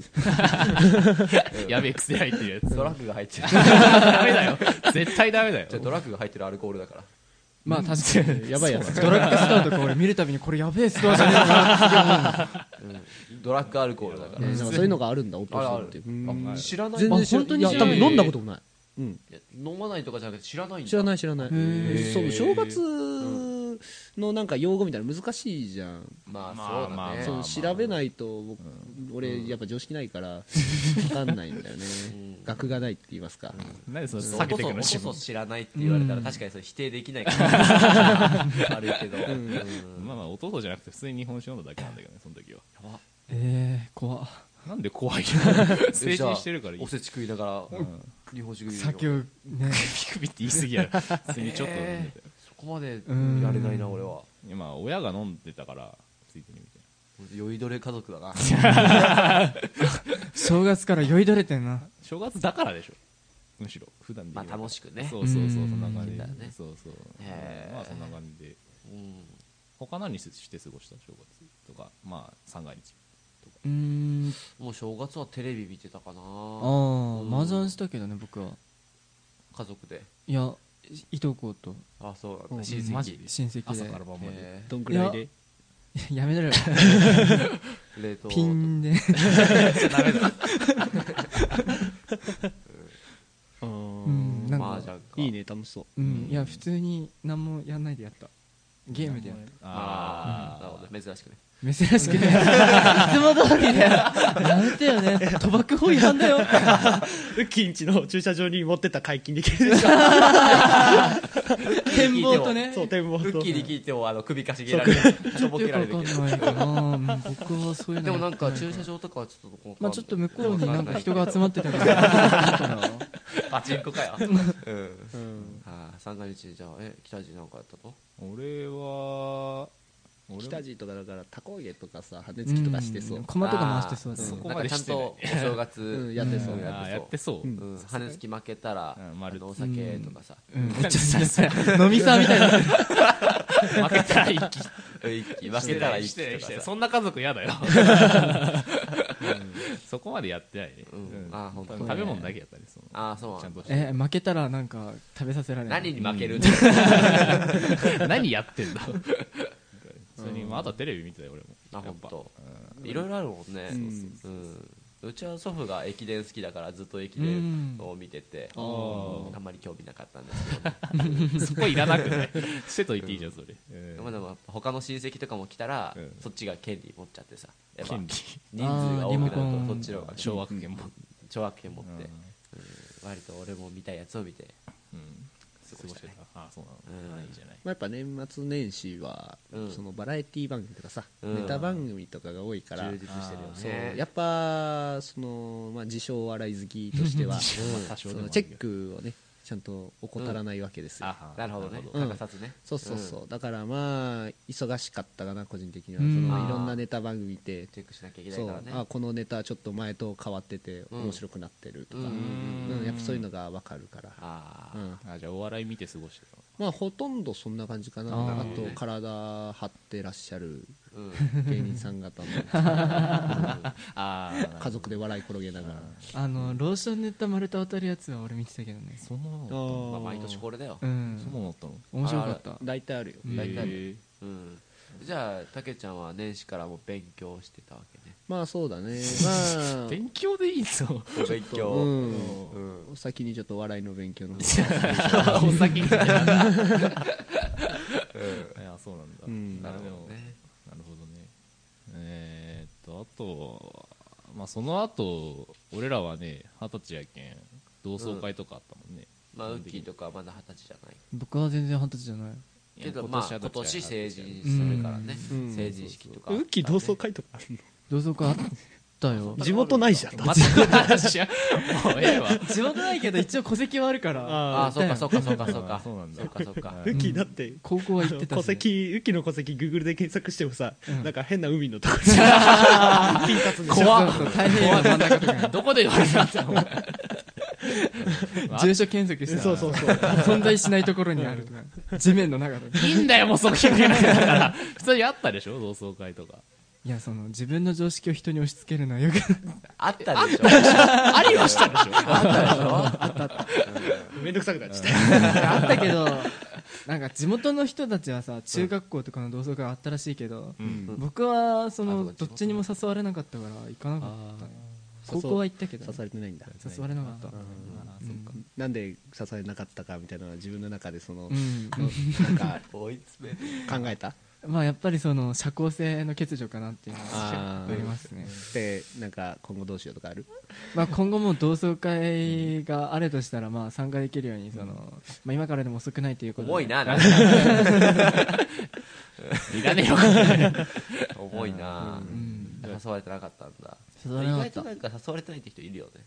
Speaker 2: やべえ薬入ってるやつ
Speaker 3: ドラッグが入ってる
Speaker 2: ダメだ よ絶対ダメだよ
Speaker 3: じゃあドラッグが入ってるアルコールだから
Speaker 5: まあ確かに
Speaker 1: やばいやつ
Speaker 5: ドラッグストアとか俺見るたびにこれやべえストアじゃねえのか
Speaker 3: ドラッグアルコールだか
Speaker 1: え
Speaker 3: ら
Speaker 1: ーなんかそういうのがあるんだ落とそって
Speaker 3: ある
Speaker 1: うん
Speaker 2: あ
Speaker 3: 知らない
Speaker 1: 全然知
Speaker 5: あ
Speaker 1: ら
Speaker 5: 本当に
Speaker 1: いや
Speaker 5: 知
Speaker 1: 多
Speaker 5: らな
Speaker 1: 分
Speaker 5: い
Speaker 1: 飲んだこともないうん
Speaker 3: いや飲まないとかじゃなくて知らないんだ
Speaker 1: 知らないい知らない
Speaker 5: へ
Speaker 2: ー
Speaker 1: そう正月のなんか用語みたいなの難しいじゃん
Speaker 3: まあ
Speaker 2: まあ
Speaker 3: そう
Speaker 2: ま
Speaker 3: だね
Speaker 2: あまあ
Speaker 1: そ
Speaker 2: ま
Speaker 1: う
Speaker 2: あ
Speaker 1: 調べないと僕俺やっぱ常識ないから分かんないんだよね
Speaker 3: うん
Speaker 1: 学がないって言いますか
Speaker 2: 何でその
Speaker 3: そ
Speaker 2: 避
Speaker 3: こ
Speaker 2: けてく
Speaker 3: そ
Speaker 2: るの
Speaker 3: そ
Speaker 2: 自
Speaker 3: こ
Speaker 2: 分
Speaker 3: そ知らないって言われたら
Speaker 5: うん
Speaker 3: 確かにそれ否定できないから あるけど、うん
Speaker 2: まあまあ弟じゃなくて普通に日本酒飲んだだけなんだけどねその時は
Speaker 5: ええ怖っ
Speaker 2: なんで怖い の成人してるからいい
Speaker 3: おせち食いながら、日本酒食い
Speaker 5: 酒をね
Speaker 2: ピクピって言い過ぎやろ普通にちょっと飲んでたよ
Speaker 3: そこまで
Speaker 5: うん
Speaker 3: やれないな俺は
Speaker 2: 今親が飲んでたからついてるみたいな
Speaker 3: 酔いどれ家族 だな
Speaker 5: 正月から酔いどれてんな
Speaker 2: 正月だからでしょむしろ普段で
Speaker 3: ま
Speaker 2: 言
Speaker 3: あ
Speaker 2: えば
Speaker 3: 楽しくね
Speaker 2: そうそうそううんそんな感じ
Speaker 3: だよね
Speaker 2: そうそう
Speaker 3: へー
Speaker 2: まあそんな感じで
Speaker 3: うん
Speaker 2: 他何して過ごした正月とかまあ三が日
Speaker 5: うーん
Speaker 3: もう正月はテレビ見てたかな
Speaker 5: ああ
Speaker 3: うん
Speaker 5: 麻雀したけどね僕は
Speaker 3: 家族で
Speaker 5: いやいとこと
Speaker 3: あそうなんだ
Speaker 2: 親戚
Speaker 5: マジ親戚で
Speaker 2: 朝から晩まで、
Speaker 3: へ
Speaker 1: どんくらいで
Speaker 5: いややめろよ
Speaker 3: ー冷凍
Speaker 5: ピンで
Speaker 1: う
Speaker 5: うんなん
Speaker 3: マ
Speaker 5: か
Speaker 3: ージャンか
Speaker 1: いいね楽しそう
Speaker 5: うんいや普通に何もやんないでやったゲームでやっ
Speaker 3: ああなる
Speaker 2: あ
Speaker 3: ほど珍しくね
Speaker 5: た珍しくねいつも通りだよやめてよね賭博法違反だよ
Speaker 1: ウッキンチの駐車場に持ってった解禁できるでしょ
Speaker 5: 展望とね
Speaker 1: そう展望
Speaker 3: ウッ
Speaker 1: と
Speaker 3: キーに聞いてもあの首かしげられるちょぼけられる
Speaker 5: よくわかんないかな僕はそういうの
Speaker 3: でもなんか
Speaker 5: やってい
Speaker 3: 駐車場とかはちょっとこう
Speaker 5: まあちょっと向こうになんか人が集まってたから
Speaker 3: パチンコか ようん
Speaker 1: うん
Speaker 3: ああ三が日じゃあえ北地なんかやったと
Speaker 2: 俺は俺
Speaker 1: 北地とかだからタコゲとかさ羽根つきとかしてそう、
Speaker 5: ん駒とか回してそうだ
Speaker 3: あ
Speaker 5: よ
Speaker 3: ー
Speaker 5: ね
Speaker 2: こ
Speaker 3: なんか
Speaker 2: まで
Speaker 3: ちゃんとお正月
Speaker 1: うんやってそう
Speaker 3: うん
Speaker 2: あーやってそう、
Speaker 1: うん
Speaker 3: うん羽根つき負けたら
Speaker 2: うん
Speaker 3: あ
Speaker 2: 丸
Speaker 3: のお酒とかさ
Speaker 5: うん めっちゃそれ 飲みさみたいな
Speaker 2: 負けたら一気
Speaker 3: 一 気負けたら一気とかさ
Speaker 2: そんな家族嫌だよ そこまでやってないね、
Speaker 3: うんあーほんとね
Speaker 2: 食べ物だけやったねその
Speaker 3: ああそうなん
Speaker 2: ち
Speaker 3: だ
Speaker 2: ゃんとして
Speaker 5: え負けたらなんか食べさせられない
Speaker 3: 何に
Speaker 5: 負
Speaker 3: 負ける
Speaker 2: うん
Speaker 3: だよ
Speaker 2: 何やってんだ 普通に、まあ、あとはテレビ見てたよ俺も
Speaker 3: あ
Speaker 2: や
Speaker 3: ほ
Speaker 2: っ
Speaker 3: ん
Speaker 2: ぱ
Speaker 3: といろいろあるもんね
Speaker 1: そう
Speaker 3: うんうちは祖父が駅伝好きだからずっと駅伝を見てて
Speaker 1: う
Speaker 3: うんんあんまり興味なかったんですけどね
Speaker 2: そこいらな くないしてといていいじゃんそれ、うん
Speaker 3: まあでもやっぱ他の親戚とかも来たら
Speaker 2: うん
Speaker 3: そっちが権利持っちゃってさやっぱ
Speaker 2: 権利
Speaker 3: 人数が多く
Speaker 5: あーリモ
Speaker 3: な
Speaker 5: コ
Speaker 3: る
Speaker 5: ン
Speaker 3: とそっちの方が
Speaker 2: 小学券も、
Speaker 3: 超悪権持っ
Speaker 2: うん
Speaker 3: て割と俺も見たいやつを見て
Speaker 2: うん過ごしてたあそうなの、
Speaker 3: うん
Speaker 2: いいじゃない
Speaker 1: まあ、やっぱ年末年始は、
Speaker 3: うん
Speaker 1: そのバラエティ番組とかさ、
Speaker 3: うん
Speaker 1: ネタ番組とかが多いから
Speaker 3: 充実してるよね
Speaker 1: そうやっぱその、まあ、自称お笑い好きとしては、
Speaker 3: うん
Speaker 2: 多少
Speaker 1: そ
Speaker 2: でもある
Speaker 1: の
Speaker 2: よ
Speaker 1: チェックをねちゃんと怠らないわけですよ、
Speaker 2: あ
Speaker 3: なるほどね
Speaker 1: うん
Speaker 3: 高札ね
Speaker 1: そうそうそう、だからまあ忙しかったかな個人的には、
Speaker 5: うん
Speaker 1: そ
Speaker 3: あー
Speaker 1: のいろんなネタ番組で
Speaker 3: チェックしなきゃいけな
Speaker 1: そ、
Speaker 3: いうからね
Speaker 1: あこのネタちょっと前と変わってて
Speaker 3: うん
Speaker 1: 面白くなってるとか、
Speaker 3: う
Speaker 1: うんんやっぱそういうのが分かるから、
Speaker 3: あ
Speaker 1: う
Speaker 3: ー
Speaker 1: ん
Speaker 2: あじゃあお笑い見て過ごしてたの
Speaker 1: まあ、ほとんどそんな感じかな
Speaker 5: あ
Speaker 1: あ
Speaker 5: ー
Speaker 1: と体張ってらっし ゃる
Speaker 3: うん
Speaker 1: 芸人さん 方の
Speaker 2: ああ
Speaker 1: 家族で笑い転げながら
Speaker 5: あのローション塗った丸太当たるやつは俺見てたけどね
Speaker 2: そんなのあった
Speaker 1: あ
Speaker 2: の
Speaker 1: ー
Speaker 3: まあ毎年これだよ
Speaker 5: うん
Speaker 2: そんなのあったの
Speaker 5: 面白かった
Speaker 1: 大体あるよ
Speaker 2: 大
Speaker 3: 大
Speaker 2: 体
Speaker 3: 体うんじゃあたけちゃんは年始からもう勉強してたわけね
Speaker 1: まあそう だねまあ
Speaker 2: 勉強でいい ぞ
Speaker 3: 勉強
Speaker 1: う
Speaker 3: うん
Speaker 1: ん
Speaker 3: うん
Speaker 1: お先にちょっと笑いの勉強の方
Speaker 2: お先にいやそうなんだ、
Speaker 1: うん
Speaker 2: なるほどねなるほどねえー、っとあとまあその後俺らはね二十歳やけん同窓会とかあったもんね、
Speaker 3: まあウッキーとかはまだ二十歳じゃない
Speaker 5: 僕は全然二十歳じゃない
Speaker 2: いや
Speaker 3: けどまあ
Speaker 2: はど
Speaker 3: 今
Speaker 2: っちか
Speaker 3: 年成人す
Speaker 5: うん
Speaker 3: るからね
Speaker 1: うん
Speaker 3: 成人式とか
Speaker 1: ウッキー同窓会とかある
Speaker 5: 同窓会あった よ
Speaker 1: の地元ないじゃんだって
Speaker 2: 全く話し合うもうええわ
Speaker 5: 地元ないけど一応戸籍はあるから
Speaker 3: ああ
Speaker 1: あ
Speaker 3: そっかそっかそっかそっ
Speaker 2: あ
Speaker 3: か
Speaker 2: ーそうなんだ
Speaker 3: そっかそっか
Speaker 1: ーウッキーだって
Speaker 5: 高校は行ってたし
Speaker 1: 戸籍ウッキーの戸籍グーグルで検索してもさ、
Speaker 5: うん
Speaker 1: なんか変な海のとこにピン立つんでしょ
Speaker 5: 怖っ太平洋の真ん中と かに
Speaker 2: どこで言われたんだろう
Speaker 5: 住所検索したら
Speaker 1: そうそうそう
Speaker 5: 存在しないところにあるとか地面の中とか
Speaker 2: いいんだよもうそこ決めなだから 普通にあったでしょ同窓会とか
Speaker 5: いやその自分の常識を人に押し付けるのはよく
Speaker 3: あったでしょ
Speaker 2: ありはしたでしょ
Speaker 3: あったでしょあ
Speaker 1: めんどくさくなっちゃ
Speaker 5: あ
Speaker 1: っ
Speaker 5: ったけどなんか地元の人たちはさ中学校とかの同窓会あったらしいけど、
Speaker 2: うん
Speaker 5: 僕はそ
Speaker 3: あそう
Speaker 5: の
Speaker 3: か
Speaker 5: どっちにも誘われなかったから行かなかったね高校は行ったけど
Speaker 1: た刺されてないんだ
Speaker 5: 誘われなかった
Speaker 2: あーそっか
Speaker 1: なんで刺されなかったかみたいなのは自分の中でその、
Speaker 5: うん
Speaker 1: なんか
Speaker 3: 追い詰めて
Speaker 1: 考えた
Speaker 5: まあやっぱりその社交性の欠如かなっていうの
Speaker 1: あ
Speaker 5: は
Speaker 1: ー
Speaker 5: ありますね
Speaker 1: でなんか今後どうしようとかある
Speaker 5: まあ今後も同窓会があるとしたらまあ参加できるようにそのまあ今からでも遅くないということで
Speaker 3: 重いななんか
Speaker 2: いらねえよ
Speaker 3: 重いな
Speaker 5: うん
Speaker 3: 誘われてなかったんだ
Speaker 5: 誘わ
Speaker 3: 意
Speaker 5: れなか
Speaker 3: 外
Speaker 5: っ
Speaker 3: と
Speaker 5: た
Speaker 3: なんか誘われてないって人いるよね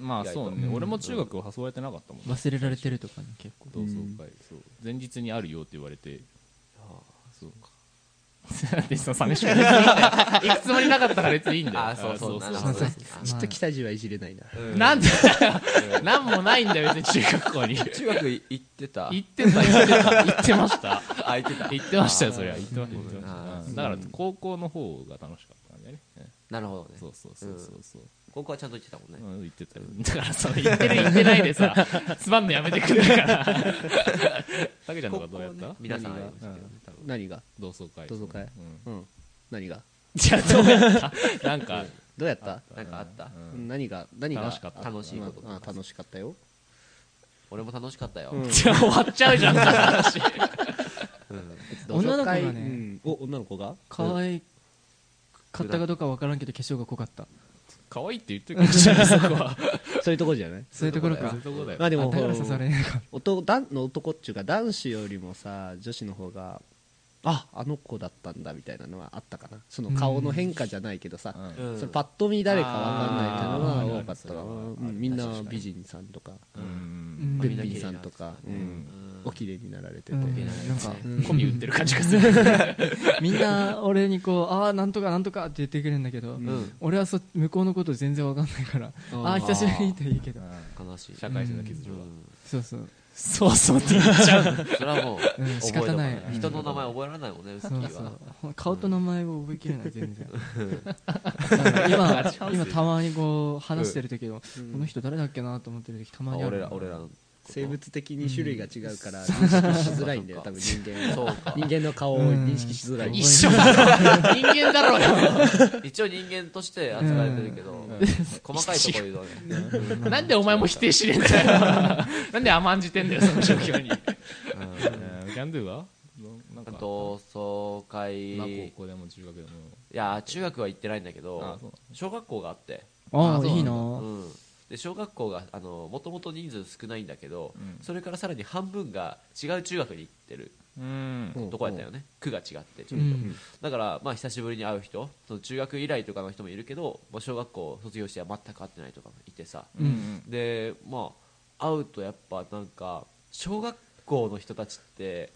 Speaker 2: まあそうね俺も中学は誘われてなかったもんね
Speaker 5: 忘れられてるとかね結構
Speaker 2: 同窓会そう前日にあるよって言われてそうか でその寂しくない行くつもりなかったから別にいいんだよ
Speaker 3: あーそうそう
Speaker 2: あ
Speaker 3: なる
Speaker 2: ーそ
Speaker 3: ほ
Speaker 2: う
Speaker 3: ど
Speaker 2: そう
Speaker 3: ね
Speaker 1: ちょっと北地はいじれないな、
Speaker 3: うん
Speaker 2: なんでなんもないんだよ別に中学校に
Speaker 3: 中学行ってた
Speaker 2: 行ってた行ってた行ってました
Speaker 3: あ行ってた
Speaker 2: 行ってましたよそりゃ行ってました行ってまし
Speaker 3: あ
Speaker 2: た
Speaker 3: ー
Speaker 2: うんだから高校の方が楽しかったんだよねうん
Speaker 3: なるほどね
Speaker 2: そうそうそうそうそう
Speaker 3: 高校はちゃんと行ってたもんね、
Speaker 2: うん言ってたよだからさ言ってる言ってないでさつまんのやめてくん だからたけちゃんとかどうやっ
Speaker 3: 高校
Speaker 2: た
Speaker 3: ね皆さんありましたけどね多分
Speaker 1: 何が
Speaker 2: 同窓会
Speaker 1: 同窓会
Speaker 2: うん
Speaker 1: うん何が
Speaker 2: じゃあどうやったなんか
Speaker 1: どうやった
Speaker 3: なんかあった
Speaker 2: うん
Speaker 1: うん何が何が
Speaker 2: 楽しかった
Speaker 3: 楽しいこと
Speaker 1: まああ楽しかったよ
Speaker 3: 俺も楽しかったよ、
Speaker 1: うん
Speaker 2: じゃあ終わっちゃうじゃん話
Speaker 5: 女の子がね
Speaker 1: うんお女の子が
Speaker 5: 可愛かったかどうかわからんけど化粧が濃かった
Speaker 2: 可愛いって言ってくるじゃんそこ は
Speaker 1: そういうとこじゃない
Speaker 5: そういうところ
Speaker 2: そう
Speaker 5: か
Speaker 2: いうとこだよ
Speaker 1: まあで
Speaker 5: あ
Speaker 1: も
Speaker 5: だから刺されないか
Speaker 1: 男男の男っちゅうか男子よりもさ女子の方がああの子だったんだみたいなのはあったかなその顔の変化じゃないけどさ、
Speaker 2: うん
Speaker 3: うん
Speaker 1: それパッと見誰かわかんないっていうのは
Speaker 2: あー
Speaker 1: 多かったかな、
Speaker 2: あるある
Speaker 1: う
Speaker 2: ある
Speaker 1: んみんな
Speaker 2: 確かに
Speaker 1: 美人さんとか
Speaker 2: う
Speaker 5: うんん
Speaker 1: べっぴんさんとか、う
Speaker 3: うん
Speaker 1: ん、おきれいになられてて、
Speaker 5: うん
Speaker 1: うん
Speaker 5: なんか
Speaker 1: うん
Speaker 2: コミ売ってる感じがする
Speaker 5: みんな俺にこうああなんとかなんとかって言ってくれるんだけ
Speaker 3: う
Speaker 5: ど、
Speaker 3: ん
Speaker 5: 俺はそ向こうのこと全然わかんないから
Speaker 1: あー
Speaker 5: ああー久しぶりっていいけど
Speaker 3: 悲しい
Speaker 2: 社会人の欠
Speaker 3: う
Speaker 2: 如は
Speaker 3: ん
Speaker 5: そうそう
Speaker 2: そうそうって言っちゃう
Speaker 3: それはもう
Speaker 5: うん
Speaker 3: 覚え
Speaker 5: 仕方ない
Speaker 3: とか人の名前覚えられないもんねウス
Speaker 5: そ
Speaker 3: キ
Speaker 5: う
Speaker 3: ー
Speaker 5: そ
Speaker 3: は
Speaker 5: う顔と名前を覚えきれない全然だから今今たまにこう話してる時も、この人誰だっけなと思ってる時たまに
Speaker 3: あ
Speaker 5: あ
Speaker 3: 俺
Speaker 5: る
Speaker 3: ら俺らの
Speaker 1: 生物的に種類が違うから認識しづらいんだよ
Speaker 3: そ
Speaker 1: 多
Speaker 3: うか
Speaker 1: 分人間
Speaker 3: そう
Speaker 1: は
Speaker 3: か
Speaker 1: 人間の顔を認識しづらい、
Speaker 5: うん
Speaker 2: 一緒だろ人間だろよ
Speaker 3: 一応人間として扱われてるけど細かいところ言うと ね
Speaker 2: なんでお前も否定しねえんだよなんで甘んじてんだよその状況 にギャンドゥはなんか
Speaker 3: 同窓会
Speaker 2: まあ高
Speaker 3: い
Speaker 2: 校でも中学でも
Speaker 3: や中学は行ってないんだけ
Speaker 2: あ
Speaker 3: ど
Speaker 2: そう
Speaker 3: 小学校があって
Speaker 5: あ
Speaker 2: あ
Speaker 5: あ
Speaker 2: そう
Speaker 5: いいな
Speaker 3: うんで小学校があのもともと人数少ないんだけど
Speaker 2: うん
Speaker 3: それからさらに半分が違う中学に行ってる
Speaker 2: うん
Speaker 1: うん
Speaker 3: とこやったよね区が違ってち
Speaker 5: う
Speaker 3: ょっと
Speaker 5: ん
Speaker 3: だから、まあ、久しぶりに会う人その中学以来とかの人もいるけど、まあ、小学校卒業しては全く会ってないとかもいてさ
Speaker 2: うん
Speaker 3: で、まあ、会うとやっぱなんか小学校の人たちって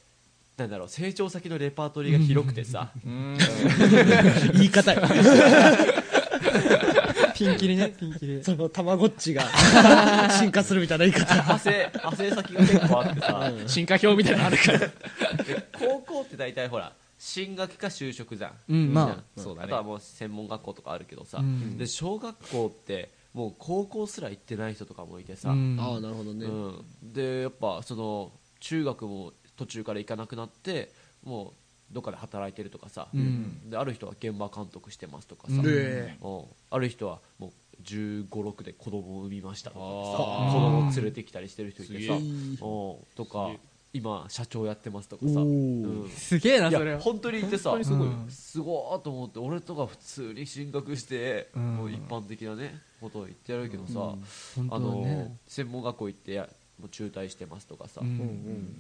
Speaker 3: なんだろう成長先のレパートリーが広くてさ
Speaker 2: うん
Speaker 1: 言い方よ
Speaker 5: ピンキリねピンキリ
Speaker 1: そのたまごっちが進化するみたいな言い方
Speaker 3: 派生派生先が結構あってさ
Speaker 2: 進化表みたいなのあるから
Speaker 3: で高校って大体ほら進学か就職じゃん、
Speaker 5: うんまあ
Speaker 3: みな
Speaker 2: うんそうだね
Speaker 3: あとはもう専門学校とかあるけどさ、
Speaker 5: うん
Speaker 3: で小学校ってもう高校すら行ってない人とかもいてさ、
Speaker 5: うん
Speaker 1: ああなるほどね、
Speaker 3: うん、でやっぱその中学も途中から行かなくなってもうどっかで働いてるとかさ、
Speaker 5: うん
Speaker 3: である人は現場監督してますとかさ、
Speaker 5: うん
Speaker 3: うん
Speaker 1: で
Speaker 3: ある人はもう1 5六6で子供を産みましたとかさ
Speaker 2: あ
Speaker 3: 子
Speaker 5: ー
Speaker 3: 供を連れてきたりしてる人いて
Speaker 2: す
Speaker 3: さ
Speaker 2: げえ
Speaker 3: うんとか今社長やってますとか
Speaker 1: お
Speaker 3: さ、
Speaker 1: ー
Speaker 3: うん
Speaker 5: すげえないそれ
Speaker 3: や
Speaker 5: は
Speaker 3: 本当にいてさ
Speaker 2: 本当にすごいよ
Speaker 5: うん
Speaker 3: すごーと思って俺とか普通に進学して、
Speaker 5: うん
Speaker 3: もう一般的なねことを言ってやるけどさ、
Speaker 5: 本
Speaker 3: あ
Speaker 5: 当
Speaker 3: の
Speaker 5: はね
Speaker 3: 専門学校行ってやもう中退してますとかさ、
Speaker 5: うん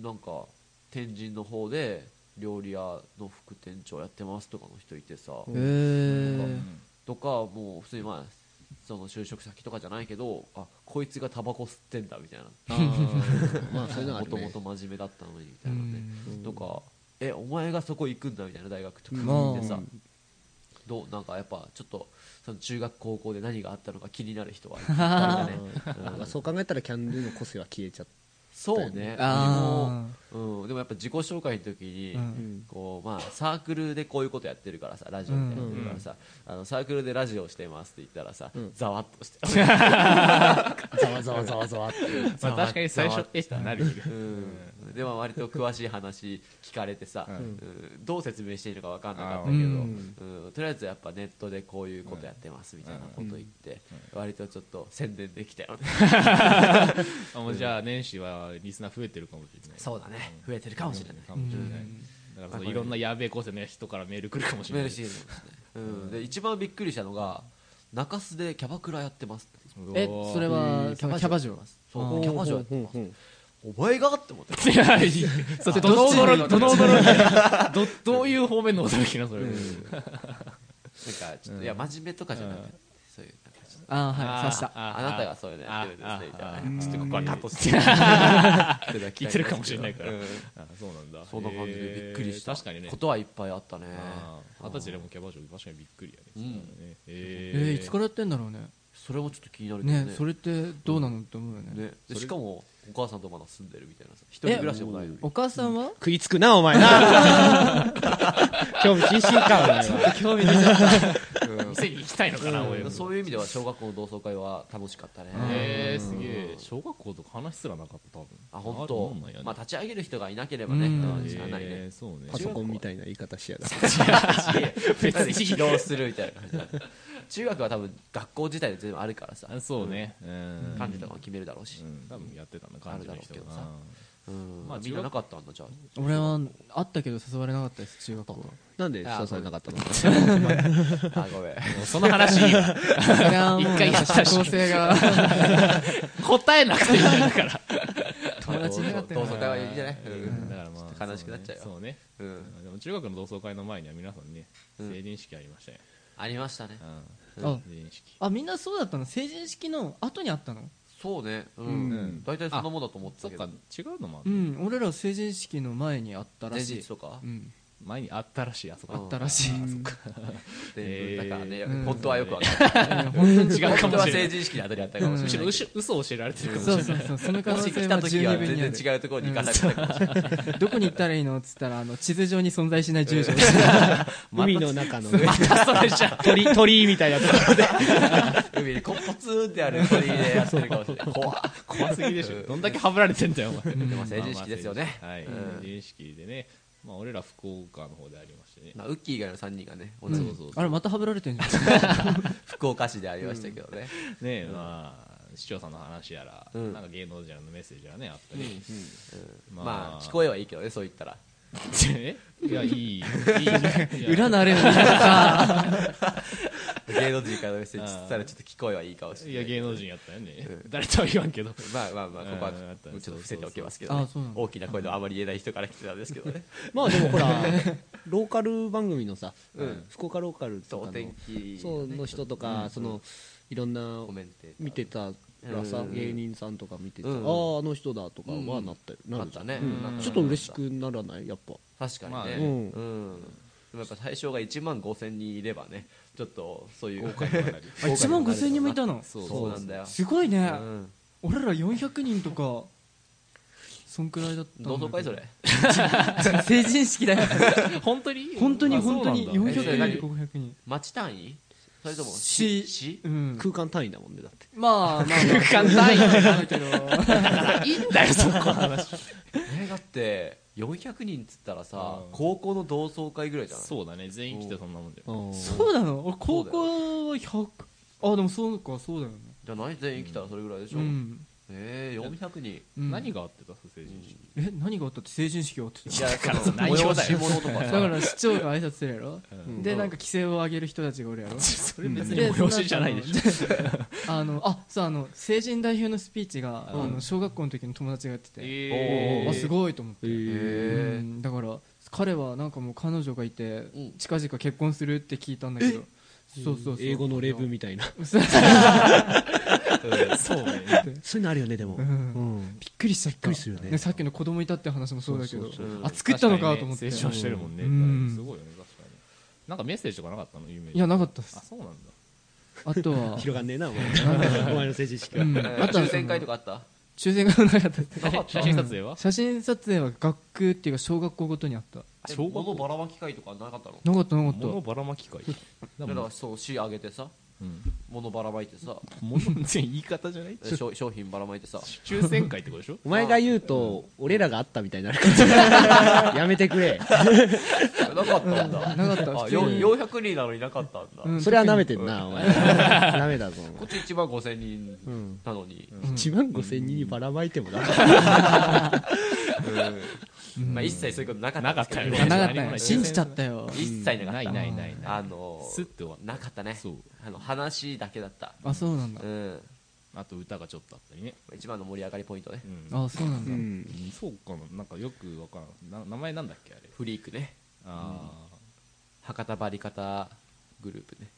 Speaker 3: なんか天神の方で料理屋の副店長やってますとかの人いてさ、
Speaker 5: へえ
Speaker 3: とかもう普通にまあその就職先とかじゃないけどあこいつがタバコ吸ってんだみたいな
Speaker 1: あーまあそういうのはあ
Speaker 3: も
Speaker 1: る
Speaker 3: と
Speaker 1: ね
Speaker 3: もと真面目だったのにみたいなね、とかえお前がそこ行くんだみたいな大学とか行ってさ、
Speaker 5: うん
Speaker 3: どうなんかやっぱちょっとその中学高校で何があったのか気になる人はいっぱいいたね、
Speaker 1: なん
Speaker 3: う
Speaker 1: か
Speaker 3: ん
Speaker 1: そう考えたらキャンドゥの個性は消えちゃっ
Speaker 3: そうね
Speaker 5: あ
Speaker 3: でも,、うん、でもやっぱ自己紹介の時に、
Speaker 5: うん
Speaker 1: た、うん
Speaker 3: こうまあ、サークルでこういうことやってるからさラジオみたいなのやってるからさ、あのサークルでラジオしてますって言ったらさ、
Speaker 1: うん
Speaker 3: ざわっとして
Speaker 1: ざわざわざわざわっていう
Speaker 2: まあ確かに最初えってなるよね
Speaker 3: うんでも割と詳しい話聞かれてさ、
Speaker 2: うん
Speaker 3: うんどう説明していいのか分かんなかったけど、
Speaker 2: あ
Speaker 5: ー
Speaker 3: うんとりあえずやっぱネットでこういうことやってますみたいなこと言って、割とちょっと宣伝できたよね、
Speaker 2: あもうじゃあ年始はリスナー増えてるかもしれない
Speaker 3: そうだね増えてるかもしれない、
Speaker 2: かもしれないだからそのいろんなやべえ構成の人からメール来るかもし
Speaker 3: メ
Speaker 2: れ
Speaker 3: ール
Speaker 2: ない
Speaker 3: シーズンですね、うん、で一番びっくりしたのが中洲でキャバクラやってますって
Speaker 2: う
Speaker 5: ー
Speaker 2: わ
Speaker 5: えそれは
Speaker 3: うん
Speaker 5: キャバ嬢
Speaker 3: そう
Speaker 5: あー
Speaker 3: キャバ嬢やってますお前がって思って
Speaker 2: いやいい それどの驚きどの驚きどどういう方面の驚きなそれ、
Speaker 3: なんかちょっと、いや真面目とかじゃなくて、そういうなんかちょっと
Speaker 5: ああはい刺した
Speaker 3: あなたがそういうのやってるんですねみたいなちょっとここはカットして
Speaker 2: て
Speaker 3: 聞
Speaker 2: 聞いてるかもしれないから
Speaker 3: うん
Speaker 2: あそうなんだ
Speaker 3: そんな感じでびっくりした、
Speaker 2: へー確かにね
Speaker 3: ことはいっぱいあったね
Speaker 2: あー二十歳でもキャバ嬢確かにびっくりやね、
Speaker 3: うん
Speaker 2: ねえ
Speaker 5: えーいつからやってんだろうね
Speaker 3: それもちょっと気になるけどね
Speaker 5: ねそれってどうなのって思うよね
Speaker 3: ねでしかもお母さんとまだ住んでるみたいなさ一人暮らしでもないのに
Speaker 5: お母さんは
Speaker 1: 食いつくな、お前な。 興味津々か、お前は。
Speaker 5: 興味出ちゃった
Speaker 3: うん
Speaker 2: 店に行きたいのかな、俺も。
Speaker 3: そういう意味では小学校の同窓会は楽しかったね
Speaker 2: えー、すげえ。小学校とか話すらなかった、多分。
Speaker 3: あ本
Speaker 2: あ
Speaker 3: 当
Speaker 2: れなんなんやね
Speaker 3: まあ立ち上げる人がいなければね
Speaker 5: うん
Speaker 3: うん
Speaker 2: え
Speaker 3: そんなにね
Speaker 2: ー、そうね。
Speaker 1: パソコンみたいな言い方しやがって。
Speaker 3: 別に移動するみたいな感じだ中学は多分学校自体で全部あるからさ
Speaker 2: あそうね。うん。
Speaker 3: 感じとかも決めるだろうし
Speaker 2: う、ん多分やってたな、
Speaker 3: あ
Speaker 2: 感
Speaker 3: る
Speaker 2: じ
Speaker 3: だ
Speaker 2: の
Speaker 3: ろう
Speaker 2: 人
Speaker 3: けど
Speaker 2: が
Speaker 3: さ
Speaker 2: な。
Speaker 3: うん
Speaker 2: まあ
Speaker 3: みんななかったんだじゃあ
Speaker 5: 俺はあったけど誘われなかったです中学校は
Speaker 1: なんで誘えなかったの
Speaker 3: あごめん
Speaker 2: もうその話いいわ
Speaker 5: それはもう
Speaker 2: 一回やったし
Speaker 5: 社交性が
Speaker 2: 答えなくていいんだから。
Speaker 5: 友達いなかった
Speaker 3: 同
Speaker 5: よ
Speaker 3: 窓会はいいんじゃない
Speaker 2: うんだからま
Speaker 3: ちょっ
Speaker 2: あ
Speaker 3: と悲しくなっちゃうよ
Speaker 2: そうね
Speaker 3: うんう
Speaker 2: そうんねでも中学の同窓会の前には皆さんね
Speaker 3: うん
Speaker 2: 成人式ありましたよ
Speaker 3: ありましたね
Speaker 2: うん
Speaker 5: あ
Speaker 2: 成人式
Speaker 5: あみんなそうだったの成人式の後にあったの
Speaker 3: そうねう
Speaker 1: うん
Speaker 2: ん
Speaker 3: 大体そんなもんだと思って
Speaker 2: そ
Speaker 3: た
Speaker 2: っ
Speaker 3: けど
Speaker 2: か違うのもあっ
Speaker 5: う
Speaker 2: た
Speaker 5: ん俺ら成人式の前にあったら
Speaker 3: 前
Speaker 5: しい
Speaker 3: 日とか
Speaker 5: うん
Speaker 2: 前にあったらしいあそこ
Speaker 5: あったらしい
Speaker 3: で
Speaker 2: えー
Speaker 3: だからね
Speaker 5: うん
Speaker 3: 本当はよくわかんない
Speaker 5: うん本当に
Speaker 2: 違うか
Speaker 3: 本当
Speaker 2: も
Speaker 3: は
Speaker 2: しれ
Speaker 3: 成
Speaker 2: ない
Speaker 3: 人式の後にあったかも
Speaker 2: む
Speaker 3: し
Speaker 2: し
Speaker 3: れ
Speaker 2: ろ
Speaker 3: ない
Speaker 2: 嘘嘘を教えられてるかもし
Speaker 5: そ
Speaker 2: れ
Speaker 5: う
Speaker 2: ない
Speaker 5: そうそうその可
Speaker 3: も
Speaker 5: 能
Speaker 3: し来
Speaker 5: 性
Speaker 3: た
Speaker 5: は
Speaker 3: 時
Speaker 5: 十
Speaker 3: は
Speaker 5: 二分にあ
Speaker 3: 全
Speaker 5: る
Speaker 3: 然違うところに行かなかったかもしれない
Speaker 5: どこに行ったらいいのっつったらあの地図上に存在しない住所で
Speaker 1: 海の中の
Speaker 2: それじゃ
Speaker 1: 鳥、鳥みたいなところで。
Speaker 3: 海にコッポツーンってある鳥でやってるかもしれない怖っ
Speaker 2: 怖すぎでしょどんだけハブられてんだよお前
Speaker 3: でも成人式ですよね
Speaker 2: まあまあ
Speaker 3: うん
Speaker 2: 成人式はい成人式でねまあ俺ら福岡の方でありましてね
Speaker 3: まあウッキー以外の3人がね同
Speaker 5: う
Speaker 3: じ
Speaker 5: んあれまたはぶられてんじゃん
Speaker 3: 福岡市でありましたけどね
Speaker 2: ねまあ市長さんの話やら
Speaker 3: うん
Speaker 2: なんか芸能人のメッセージやらねあったり
Speaker 3: うん
Speaker 2: まあ
Speaker 3: まあ聞こえはいいけどねそう言ったら
Speaker 2: えいやいいいいね いや
Speaker 5: 裏のあれの言い方
Speaker 3: 芸能人からのメッセージつったらちょっと聞こえはいいかもし
Speaker 2: い
Speaker 3: れ
Speaker 2: や
Speaker 3: ない
Speaker 2: 芸能人やったよね誰とは言わんけど
Speaker 3: まあまあまあここは
Speaker 2: うんあった
Speaker 3: ちょっと伏せておきますけど
Speaker 5: あ
Speaker 3: ね
Speaker 5: そうなんだ
Speaker 3: 大きな声ではあまり言えない人から来てたんですけどね
Speaker 1: まあでもほら、ローカル番組のさ
Speaker 3: うん、
Speaker 1: 福岡ローカルと
Speaker 3: そう
Speaker 1: か
Speaker 3: お天
Speaker 1: の、
Speaker 3: 気
Speaker 1: そうの人とか、その、いろんな
Speaker 3: コメンテーター
Speaker 1: 見てたらさ
Speaker 3: う、ん
Speaker 1: 芸人さんとか見てて、あ
Speaker 3: う
Speaker 1: あ
Speaker 3: ん
Speaker 1: ー、あの人だとかはなったよ。
Speaker 3: な
Speaker 1: な
Speaker 3: っ
Speaker 1: るじゃ
Speaker 3: た
Speaker 1: ん
Speaker 3: ね
Speaker 1: うん
Speaker 3: なった
Speaker 1: ちょっと嬉しくならないやっぱ。
Speaker 3: 確かにね、
Speaker 2: まあね
Speaker 3: うん、
Speaker 1: う
Speaker 3: でもやっぱ対象が1万5千人いればねちょっとそういう
Speaker 5: あ1万5000人もいたの
Speaker 2: そう
Speaker 3: そうなんだよ、
Speaker 5: すごいね
Speaker 3: うん、
Speaker 5: 俺ら400人とかそんくらいだったんだけ
Speaker 3: 同窓
Speaker 5: ど
Speaker 3: 会それ
Speaker 5: 成人式だよ
Speaker 2: 本当に
Speaker 5: 本当に
Speaker 2: あそう
Speaker 5: 本当に
Speaker 2: なんだ
Speaker 3: え
Speaker 5: 400人
Speaker 3: そ
Speaker 5: と500人
Speaker 3: 町単位それとも
Speaker 5: 市
Speaker 3: 市
Speaker 5: うん
Speaker 1: 空間単位だもんね、だって。
Speaker 5: まあまあ
Speaker 2: 簡単よ
Speaker 5: だ けど
Speaker 2: いいん だよそこの話
Speaker 3: えだって400人っつったらさ、
Speaker 2: うん
Speaker 3: 高校の同窓会ぐらいじゃない
Speaker 2: そうだね全員来てそんなもんじゃん
Speaker 5: そうなの俺高校は100あでもそうかそうだよね
Speaker 3: じゃない全員来たらそれぐらいでし
Speaker 5: う
Speaker 3: ょ、
Speaker 5: ん
Speaker 3: えー、400人
Speaker 5: うん
Speaker 2: 何があってた成人式
Speaker 5: え何があったって成人式があって
Speaker 3: いやだからその
Speaker 2: 内容だよ
Speaker 3: 催し物とか
Speaker 5: だ
Speaker 3: さ
Speaker 5: から市長が挨拶するやろ
Speaker 2: うん
Speaker 5: でなんか規制を上げる人たちがおるや ろ
Speaker 2: それ別に催しじゃないでしょ
Speaker 5: あのあそうあの成人代表のスピーチが、
Speaker 2: うん
Speaker 5: あの小学校の時の友達がやってて、
Speaker 2: えー
Speaker 5: あすごいと思って、う
Speaker 3: え
Speaker 5: んだから彼はなんかもう彼女がいて、
Speaker 3: ん
Speaker 5: 近々結婚するって聞いたんだけどそうそうそう
Speaker 1: 英語の例文みたいな。
Speaker 5: そう
Speaker 3: ー
Speaker 2: そうね
Speaker 1: そういうのあるよね、でも。
Speaker 5: う
Speaker 1: うんん。
Speaker 5: びっくりしちゃった
Speaker 1: びっくりするよね
Speaker 5: でさっきの子供いたって話もそうだけど
Speaker 1: そうそう
Speaker 3: そう
Speaker 5: あ作ったのかと思って、
Speaker 2: 確かにね成長してるもんね
Speaker 5: うん
Speaker 2: すごいよね確かになんかメッセージとかなかったの有名
Speaker 5: いやなかったっす
Speaker 2: あそうなんだ
Speaker 5: あとは
Speaker 1: 広がんねえな、お 前。お前の成人式は
Speaker 5: う。ん
Speaker 3: えー
Speaker 5: あとは
Speaker 3: 抽選会とかあった
Speaker 5: 抽選がなかったです
Speaker 2: 写真写真撮影は
Speaker 5: 写真撮影は学区っていうか小学校ごとにあった
Speaker 2: 小学
Speaker 3: 物
Speaker 2: 校
Speaker 3: ばらまき会とかなかったの
Speaker 5: なかったなかった
Speaker 2: 物ばらまき会
Speaker 3: だからそう市上げてさ
Speaker 2: うん
Speaker 3: 物ばらまいてさ
Speaker 2: 物全言い方じゃない
Speaker 3: えー商商品ばらまいてさ
Speaker 2: 抽選会ってことでしょ
Speaker 1: お前が言うと、俺らがあったみたい になるから。やめてくれ。
Speaker 3: なかったんだ
Speaker 5: なかった
Speaker 3: あ
Speaker 5: 普通
Speaker 3: よ
Speaker 5: に
Speaker 3: 400人なのになかったんだ、
Speaker 5: うん
Speaker 1: それは舐めてんな、お 前。ダメだぞ。
Speaker 3: こっち1万5000人
Speaker 1: うん。
Speaker 3: なのに、
Speaker 1: 1万5千人にばらまいてもな。
Speaker 3: まあ、一切そういうことなかった
Speaker 2: なんか
Speaker 3: で
Speaker 2: っ
Speaker 3: すけど
Speaker 2: たよね
Speaker 5: あなかったよ信じちゃったよ
Speaker 3: 一切なか
Speaker 2: な
Speaker 3: っ
Speaker 2: い
Speaker 3: た
Speaker 2: ないないない
Speaker 3: あのー
Speaker 2: スッて終わった
Speaker 3: なかったね
Speaker 2: そう
Speaker 3: あの話だけだった
Speaker 5: あそうなんだ
Speaker 3: うん
Speaker 2: あと歌がちょっとあったりね
Speaker 3: 一番の盛り上がりポイントね
Speaker 2: うん
Speaker 5: あそうなんだ、
Speaker 1: うん。
Speaker 2: そうかななんかよくわからんな名前なんだっけあれ
Speaker 3: フリークね
Speaker 2: あ
Speaker 3: 博多バリカタグループね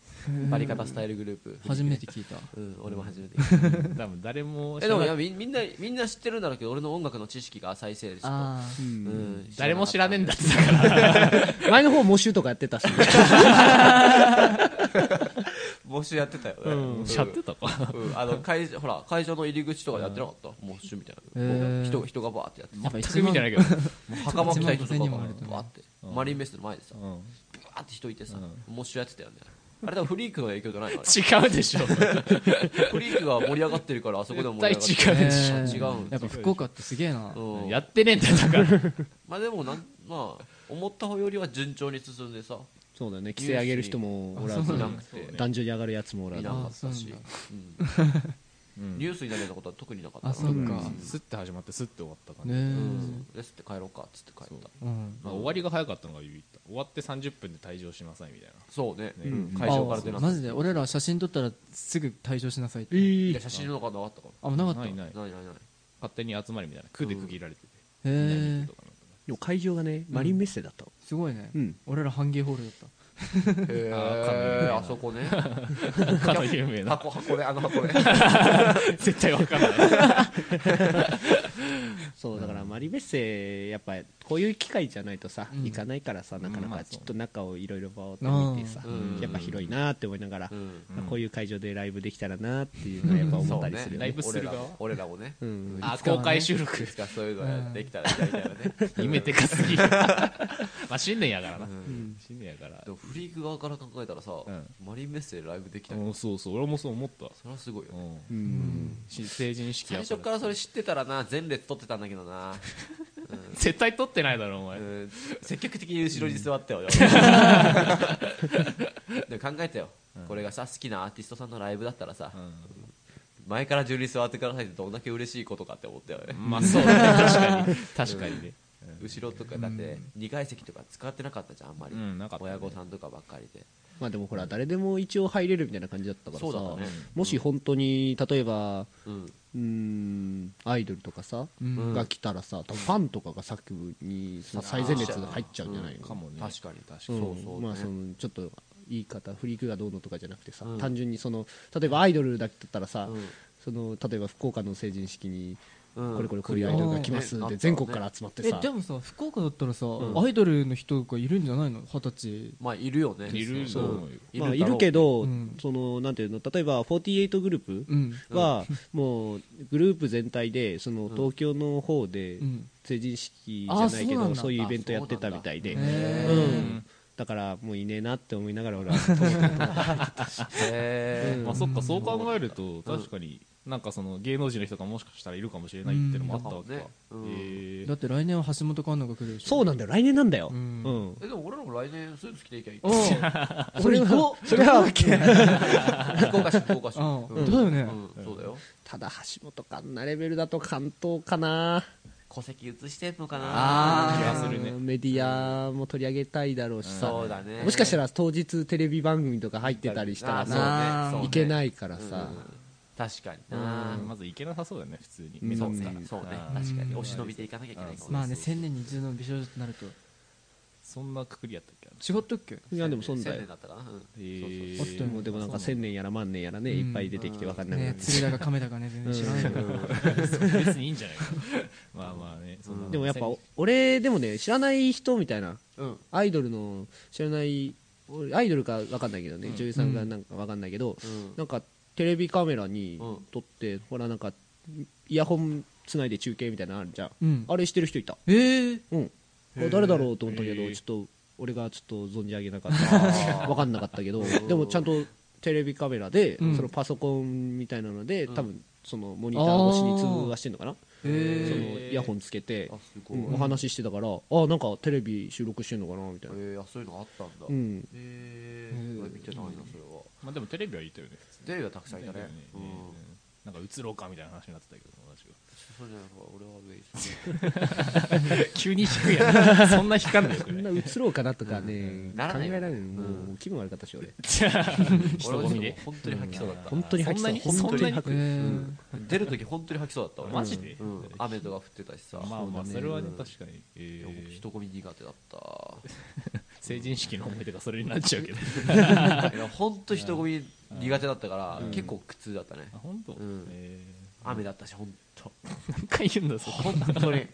Speaker 3: バリカタスタイルグループ
Speaker 5: 初めて聞いた
Speaker 3: うん俺も初めて
Speaker 2: ー多分誰も
Speaker 3: えでもいや
Speaker 2: い
Speaker 3: みみんなみんな知ってるんだろうけど俺の音楽の知識が浅いせいでちょっと
Speaker 5: あ
Speaker 1: う
Speaker 5: ー
Speaker 3: うんん
Speaker 2: 誰も知らねえんだってだから
Speaker 1: 前の方、募集とかやってたし。
Speaker 3: え募集やってたよね、
Speaker 1: うん
Speaker 2: しちゃってたか
Speaker 3: うんあの会場ほら会場の入り口とかでやってなかった、モッシュみたいな、
Speaker 5: へー
Speaker 3: 人人がバーってやって
Speaker 5: やっぱ
Speaker 2: 全
Speaker 5: 一
Speaker 2: く見
Speaker 5: 番
Speaker 2: てないけど、
Speaker 3: 袴着た人とか
Speaker 5: 一万五千人
Speaker 3: が
Speaker 5: もあるとね
Speaker 3: バーって、
Speaker 2: うん
Speaker 3: マリンメッセの前でさ
Speaker 2: うん
Speaker 3: バーって人いてさ、
Speaker 2: う
Speaker 3: モッシュやってたよねあれ多分フリークの影響じゃないのあ
Speaker 2: 違う でしょ
Speaker 3: れフリークが盛り上がってるからあそこでも盛り上がって
Speaker 2: 絶対違うでし
Speaker 5: えー
Speaker 3: 違うん
Speaker 5: やっぱ福岡ってすげえな
Speaker 3: うん
Speaker 2: やってねえんだよだから
Speaker 3: まあでもなんまあ思ったよりは順調に進んでさ
Speaker 1: そうだよね規制上げる人もおら
Speaker 5: あ
Speaker 1: ず
Speaker 5: そう
Speaker 3: い
Speaker 5: な
Speaker 3: なん
Speaker 5: だ
Speaker 3: くて、
Speaker 1: 壇上に上がるやつもおら
Speaker 3: い
Speaker 1: ず
Speaker 3: なかった
Speaker 5: あそう
Speaker 3: し
Speaker 5: なんだ、
Speaker 3: うん
Speaker 2: うん
Speaker 3: ニュースになるようなことは特になかった
Speaker 5: あそっか
Speaker 1: うん
Speaker 2: スッて始まってスッて終わった感じ、
Speaker 5: ね
Speaker 3: う
Speaker 5: え
Speaker 3: んですって帰ろうかっつって帰った
Speaker 5: うん
Speaker 2: まあ、終わりが早かったのがビビった終わって30分で退場しなさいみたい
Speaker 3: そうね、
Speaker 2: な、ね
Speaker 1: うん
Speaker 3: 会場から出な
Speaker 5: あ
Speaker 3: か
Speaker 5: マ
Speaker 3: っ
Speaker 5: ジで俺ら写真撮ったらすぐ退場しなさいって、
Speaker 3: たい
Speaker 1: え
Speaker 3: や写真の中なかったか
Speaker 5: あなかった
Speaker 2: ない
Speaker 5: へ
Speaker 2: ない
Speaker 3: らないないない
Speaker 2: 勝手に集まりみたいな区で区切られてて、南
Speaker 5: え
Speaker 2: 区とかなんか
Speaker 1: でも会場がねマリンメッセだったの
Speaker 5: すごいね、
Speaker 1: うん
Speaker 5: 俺ら半芸ホールだった
Speaker 3: へ
Speaker 2: ー
Speaker 3: えあそこね
Speaker 2: かの有名な
Speaker 3: 箱箱ねあの箱ね
Speaker 2: 絶対わかんない
Speaker 1: そうだからマリンメッセやっぱこういう機会じゃないとさ
Speaker 5: うん
Speaker 1: 行かないからさなかな
Speaker 2: まあ
Speaker 1: か
Speaker 2: そう
Speaker 1: ちょっと中をいろいろバーって見てさ
Speaker 3: うん
Speaker 1: やっぱ広いなって思いながら
Speaker 3: うん
Speaker 2: うん
Speaker 1: こういう会場でライブできたらなっていうのはやっぱ思ったりするよ
Speaker 2: ライ
Speaker 1: ね
Speaker 2: ブする側
Speaker 3: 俺らも俺らもね
Speaker 1: うん
Speaker 2: あ公開収録
Speaker 3: いつかそういうのやってきたらやりたいよね
Speaker 2: 夢でかす ぎるまあ新年やからな、
Speaker 1: ん
Speaker 2: 新年やから
Speaker 3: でもフリーク側から考えたらさ
Speaker 2: うん
Speaker 3: マリンメッセでライブできた
Speaker 2: うんそうそう俺もそう思った、
Speaker 3: それはすごいよ
Speaker 2: う
Speaker 3: ね
Speaker 2: ん
Speaker 1: うん
Speaker 2: し成人式
Speaker 3: 最
Speaker 2: や
Speaker 3: 初からそれ知ってたらな前列取ってたんだけどな
Speaker 2: 絶対撮ってないだろお前、
Speaker 3: うん積極的に後ろに座 ったよ俺はでも考えたよこれがさ好きなアーティストさんのライブだったらさ前から順に座ってくださいってどんだけ嬉しいことかって思ったよね
Speaker 2: まあそうね確かに確かにね、
Speaker 3: 後ろとかだって2階席とか使ってなかったじゃんあんまり、
Speaker 2: うんなかったね
Speaker 3: 親御さんとかばっかりで
Speaker 1: まあでもほら誰でも一応入れるみたいな感じだったから
Speaker 3: そうだ
Speaker 1: さ
Speaker 3: ったね
Speaker 1: もし本当に例えば
Speaker 3: うん
Speaker 1: うんアイドルとかさ
Speaker 5: うん
Speaker 3: うん
Speaker 1: が来たらさ多分ファンとかが作にその最前列入っちゃうんじゃないの
Speaker 2: かもね
Speaker 3: 確かに確か
Speaker 1: う
Speaker 3: に、
Speaker 1: ん
Speaker 3: そうそう、ね
Speaker 1: まあそのちょっと言い方フリークがどうのとかじゃなくてさ、
Speaker 3: うん
Speaker 1: 単純にその例えばアイドルだったらさ、
Speaker 3: うん
Speaker 1: その例えば福岡の成人式に
Speaker 3: うん
Speaker 1: これこれこういうアイドルが来ますって全国から集まって
Speaker 5: え
Speaker 1: さ、
Speaker 5: でもさ福岡だったらさ、
Speaker 3: ん
Speaker 5: アイドルの人がいるんじゃないの二十
Speaker 3: まあいるよね
Speaker 2: いると
Speaker 3: そう
Speaker 2: 思うよ
Speaker 1: まあ、いるけ
Speaker 3: ど
Speaker 1: ど、
Speaker 5: うん
Speaker 1: そのなんていうの例えば48グループ、
Speaker 5: 歳うん
Speaker 1: はもうグループ全体でその
Speaker 3: ん
Speaker 1: 東京の方で
Speaker 5: うん
Speaker 1: 成人式じゃな
Speaker 5: あ
Speaker 1: いけ
Speaker 5: そう
Speaker 1: ど、
Speaker 5: なんだ
Speaker 1: そういうイベントやってたみたいで、
Speaker 5: へ
Speaker 1: う
Speaker 5: え
Speaker 1: ん、だからもういねえなって思いなが ら俺は東京とか
Speaker 3: へえ
Speaker 1: うん
Speaker 2: まあそっかそう考えると確かになんかその芸能人の人がもしかしたらいるかもしれないっていうのもあったわけか、
Speaker 3: うん
Speaker 2: へ
Speaker 5: だって来年は橋本環奈が来るでしょ
Speaker 1: そうなんだよ来年なんだよ、
Speaker 5: う
Speaker 1: うん
Speaker 5: ん
Speaker 3: えでも俺らも来年スーツ着ていきゃいい
Speaker 5: おう
Speaker 1: それはそれは OK
Speaker 3: 福 岡市福岡市
Speaker 5: ああ
Speaker 3: うん
Speaker 5: だよ
Speaker 3: う
Speaker 5: ね
Speaker 3: んそうだよ
Speaker 1: ただ橋本環奈レベルだと関東かな
Speaker 3: 戸籍移してんのかな
Speaker 2: ー気がするね
Speaker 1: メディアも取り上げたいだろうしさ、
Speaker 3: そうだね
Speaker 1: もしかした
Speaker 3: ら
Speaker 1: ら当日テレビ番組とか入ってたりしたらさ、
Speaker 5: な
Speaker 1: 行いけないいからさ、
Speaker 3: 確かに
Speaker 2: う
Speaker 3: な、
Speaker 2: んまずいけなさそうだよね普通に
Speaker 1: うん
Speaker 2: 目立
Speaker 3: そう
Speaker 2: つから、
Speaker 3: ねそうね
Speaker 2: あー
Speaker 3: 確かにお忍びで行かなきゃいけないかも
Speaker 5: まあね千年に一度の美少女となると
Speaker 2: そんなくくりやったっけな
Speaker 5: 違ったっけ
Speaker 1: いやでもそんだよ
Speaker 3: 千年だったかなうん
Speaker 2: へ
Speaker 3: そう
Speaker 2: ー
Speaker 5: そうそう
Speaker 1: でもでもなんか千年やら万年やらね、
Speaker 5: うん
Speaker 1: いっぱい出てきて分かんなくなっ
Speaker 5: ね
Speaker 1: て、
Speaker 5: 釣りだか亀だかね全然知らないけど
Speaker 2: 別にいいんじゃないかまあまあねそんな
Speaker 1: でもやっぱお俺でもね知らない人みたいな
Speaker 3: そううん
Speaker 1: アイドルの知らない俺アイドルか分かんないけどね、女優さんがなんか分かんないけど、
Speaker 3: うん
Speaker 1: なんかテレビカメラに
Speaker 3: うん
Speaker 1: 撮って、ほらなんかイヤホンつないで中継みたいなのあるじゃん、
Speaker 5: うん
Speaker 1: あれしてる人いた
Speaker 5: えー
Speaker 1: うんあ誰だろうと思ったけ
Speaker 2: へ
Speaker 1: ど
Speaker 2: ー
Speaker 1: ちょっと俺がちょっと存じ上げなか った分かんなかったけどでもちゃんとテレビカメラで、
Speaker 5: うん
Speaker 1: そのパソコンみたいなので、多分そのモニタ
Speaker 5: あ
Speaker 1: ー
Speaker 5: ー
Speaker 1: 越しに通話してんのかな
Speaker 5: え
Speaker 1: その
Speaker 5: ー
Speaker 1: イヤホンつけて
Speaker 3: あ、すご
Speaker 1: う
Speaker 3: い
Speaker 1: んお話ししてたからあなんかテレビ収録してんのかなみたいな、
Speaker 3: ええあそういうのあったんだ
Speaker 1: う
Speaker 3: へ
Speaker 1: ん、
Speaker 3: え
Speaker 5: うん
Speaker 3: 俺見てないなそれは
Speaker 2: まあでもテレビはいたよね普通に
Speaker 3: テレビはたくさんいたねうん
Speaker 2: なんか映ろうかみたいな話になってたけど友達
Speaker 3: そうじゃない方が俺は上です
Speaker 2: が急に引くや んそんな引かないよ
Speaker 1: そんな映ろうかなとかね、
Speaker 3: なら
Speaker 1: 考
Speaker 3: ない
Speaker 1: え
Speaker 3: よ
Speaker 1: られない、もう
Speaker 3: う
Speaker 1: 気分悪かったし俺
Speaker 2: 人混みで
Speaker 3: 俺は本当に吐きそうだった
Speaker 1: 本当に吐きそう
Speaker 2: そんなに
Speaker 1: 本当に吐
Speaker 5: え
Speaker 1: く
Speaker 5: ー
Speaker 3: 出る時本当に吐きそうだった俺
Speaker 2: マジで
Speaker 3: うん雨とか降ってたしさ
Speaker 2: まあまあそれはね
Speaker 3: うん
Speaker 2: 確かにえ
Speaker 3: いや僕
Speaker 2: ー
Speaker 3: 人混み苦手だった
Speaker 2: 成人式の思い出がそれになっちゃうけど
Speaker 3: いや本当人混み苦手だったから結構苦痛だったね
Speaker 2: あ本当
Speaker 3: ん
Speaker 2: え
Speaker 3: 雨だったし本当
Speaker 2: ー何回言うんだそこ
Speaker 3: 本当に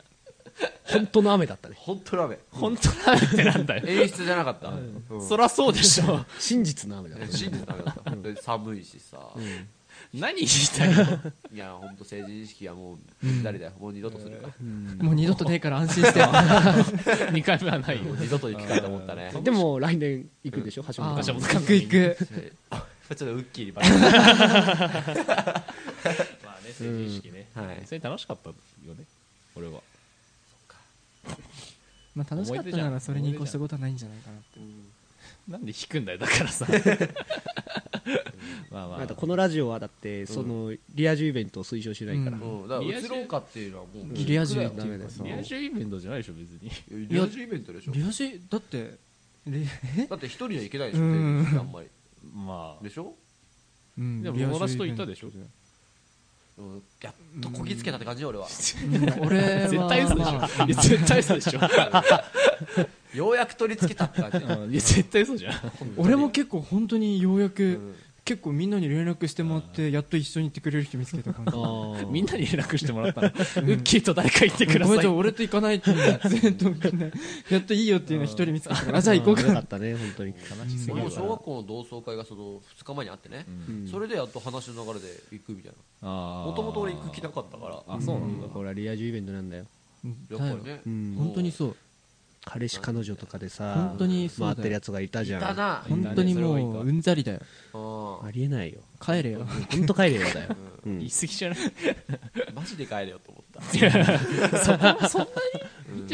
Speaker 1: 本当の雨だったね
Speaker 3: 本当に雨
Speaker 2: 本当なんてなんだよ
Speaker 3: 演出じゃなかった、うん
Speaker 2: そらそうでしょ
Speaker 1: 真実の雨だもんね
Speaker 3: 信じてなかった本当に寒いしさ、
Speaker 2: 何言いたいの
Speaker 3: いや本当成人式はもう誰だよもう二度とするか、
Speaker 5: もう二度とねえから安心してよ
Speaker 2: 2回目はないよ
Speaker 3: もう二度と行くかと思ったね
Speaker 1: でも来年行くんでしょ橋本
Speaker 5: あ
Speaker 1: 環
Speaker 2: ー
Speaker 5: ー
Speaker 1: 奈
Speaker 2: 橋本
Speaker 5: 行
Speaker 2: 環
Speaker 5: く
Speaker 2: 奈
Speaker 5: 行く
Speaker 3: ちょっとウッキリばっか
Speaker 2: まあね成人式ね、
Speaker 3: うんはい
Speaker 2: それ楽しかったよね俺は
Speaker 5: まあ楽しかったならそれに移行したことはないんじゃないかなって
Speaker 2: なんで引くんだよだからさまあまあ
Speaker 1: まだこのラジオはだってそのリア充イベントを推奨しないから
Speaker 5: う
Speaker 3: うん、だから移ろうかっていうのはもう
Speaker 5: リア充って
Speaker 1: ダメ
Speaker 5: いう
Speaker 1: だよ
Speaker 5: かさ
Speaker 2: リア充イベントじゃないでしょ別に
Speaker 3: リア充イベントでしょ
Speaker 5: リア充だってリえ
Speaker 3: だって一人で行けないでしょ
Speaker 5: う
Speaker 3: 成
Speaker 5: ん
Speaker 3: 人式あんまり
Speaker 2: まあ
Speaker 3: でしょ
Speaker 5: うん
Speaker 2: でも
Speaker 5: リア充
Speaker 2: 友達と行ったでしょ
Speaker 5: イベン
Speaker 3: うんやっとこぎつけたって感じよ俺は
Speaker 5: トうん俺は
Speaker 2: 絶対嘘でしょ、
Speaker 5: まあ
Speaker 2: いや絶対嘘でしょ
Speaker 3: ようやく取り付けたって感じ
Speaker 2: うんいや絶対嘘じゃん
Speaker 5: 俺も結構本当にようやく、
Speaker 3: ん
Speaker 5: 結構みんなに連絡してもらってやっと一緒に行ってくれる人見つけた感じ
Speaker 2: みんなに連絡してもらったのウッキーと誰か行ってくだ
Speaker 5: ごめん
Speaker 2: さ
Speaker 5: ち
Speaker 2: い
Speaker 5: ょ俺と行かないって言うんだ全然みんなやっといいよっていうの一人見つけたからあじゃあ行こうか
Speaker 1: よかったね本当に
Speaker 2: 悲しすぎ
Speaker 3: 俺
Speaker 2: る
Speaker 3: も
Speaker 2: わ
Speaker 3: 小学校の同窓会がその2日前にあってね、
Speaker 1: うん
Speaker 3: それでやっと話の流れで行くみたいな
Speaker 2: も
Speaker 3: もともと俺行く気なかったから
Speaker 2: あそうなんだ
Speaker 1: ほらリア充イベントなんだよ
Speaker 5: うん
Speaker 3: やっぱりね、
Speaker 1: うん
Speaker 5: 本当にそう
Speaker 1: 彼氏彼女とかでさ
Speaker 5: 本当にそうだよ
Speaker 1: 回ってるやつがいたじゃん
Speaker 3: だな
Speaker 5: 本当に
Speaker 2: それはいい
Speaker 5: も
Speaker 2: か
Speaker 5: ううんざりだよ
Speaker 3: うん
Speaker 1: ありえないよ
Speaker 5: 帰 れよ
Speaker 1: 本当帰れよだよ、う
Speaker 2: 言
Speaker 1: ん
Speaker 2: い、過ぎじゃない
Speaker 3: マジで帰れよと思った
Speaker 2: じ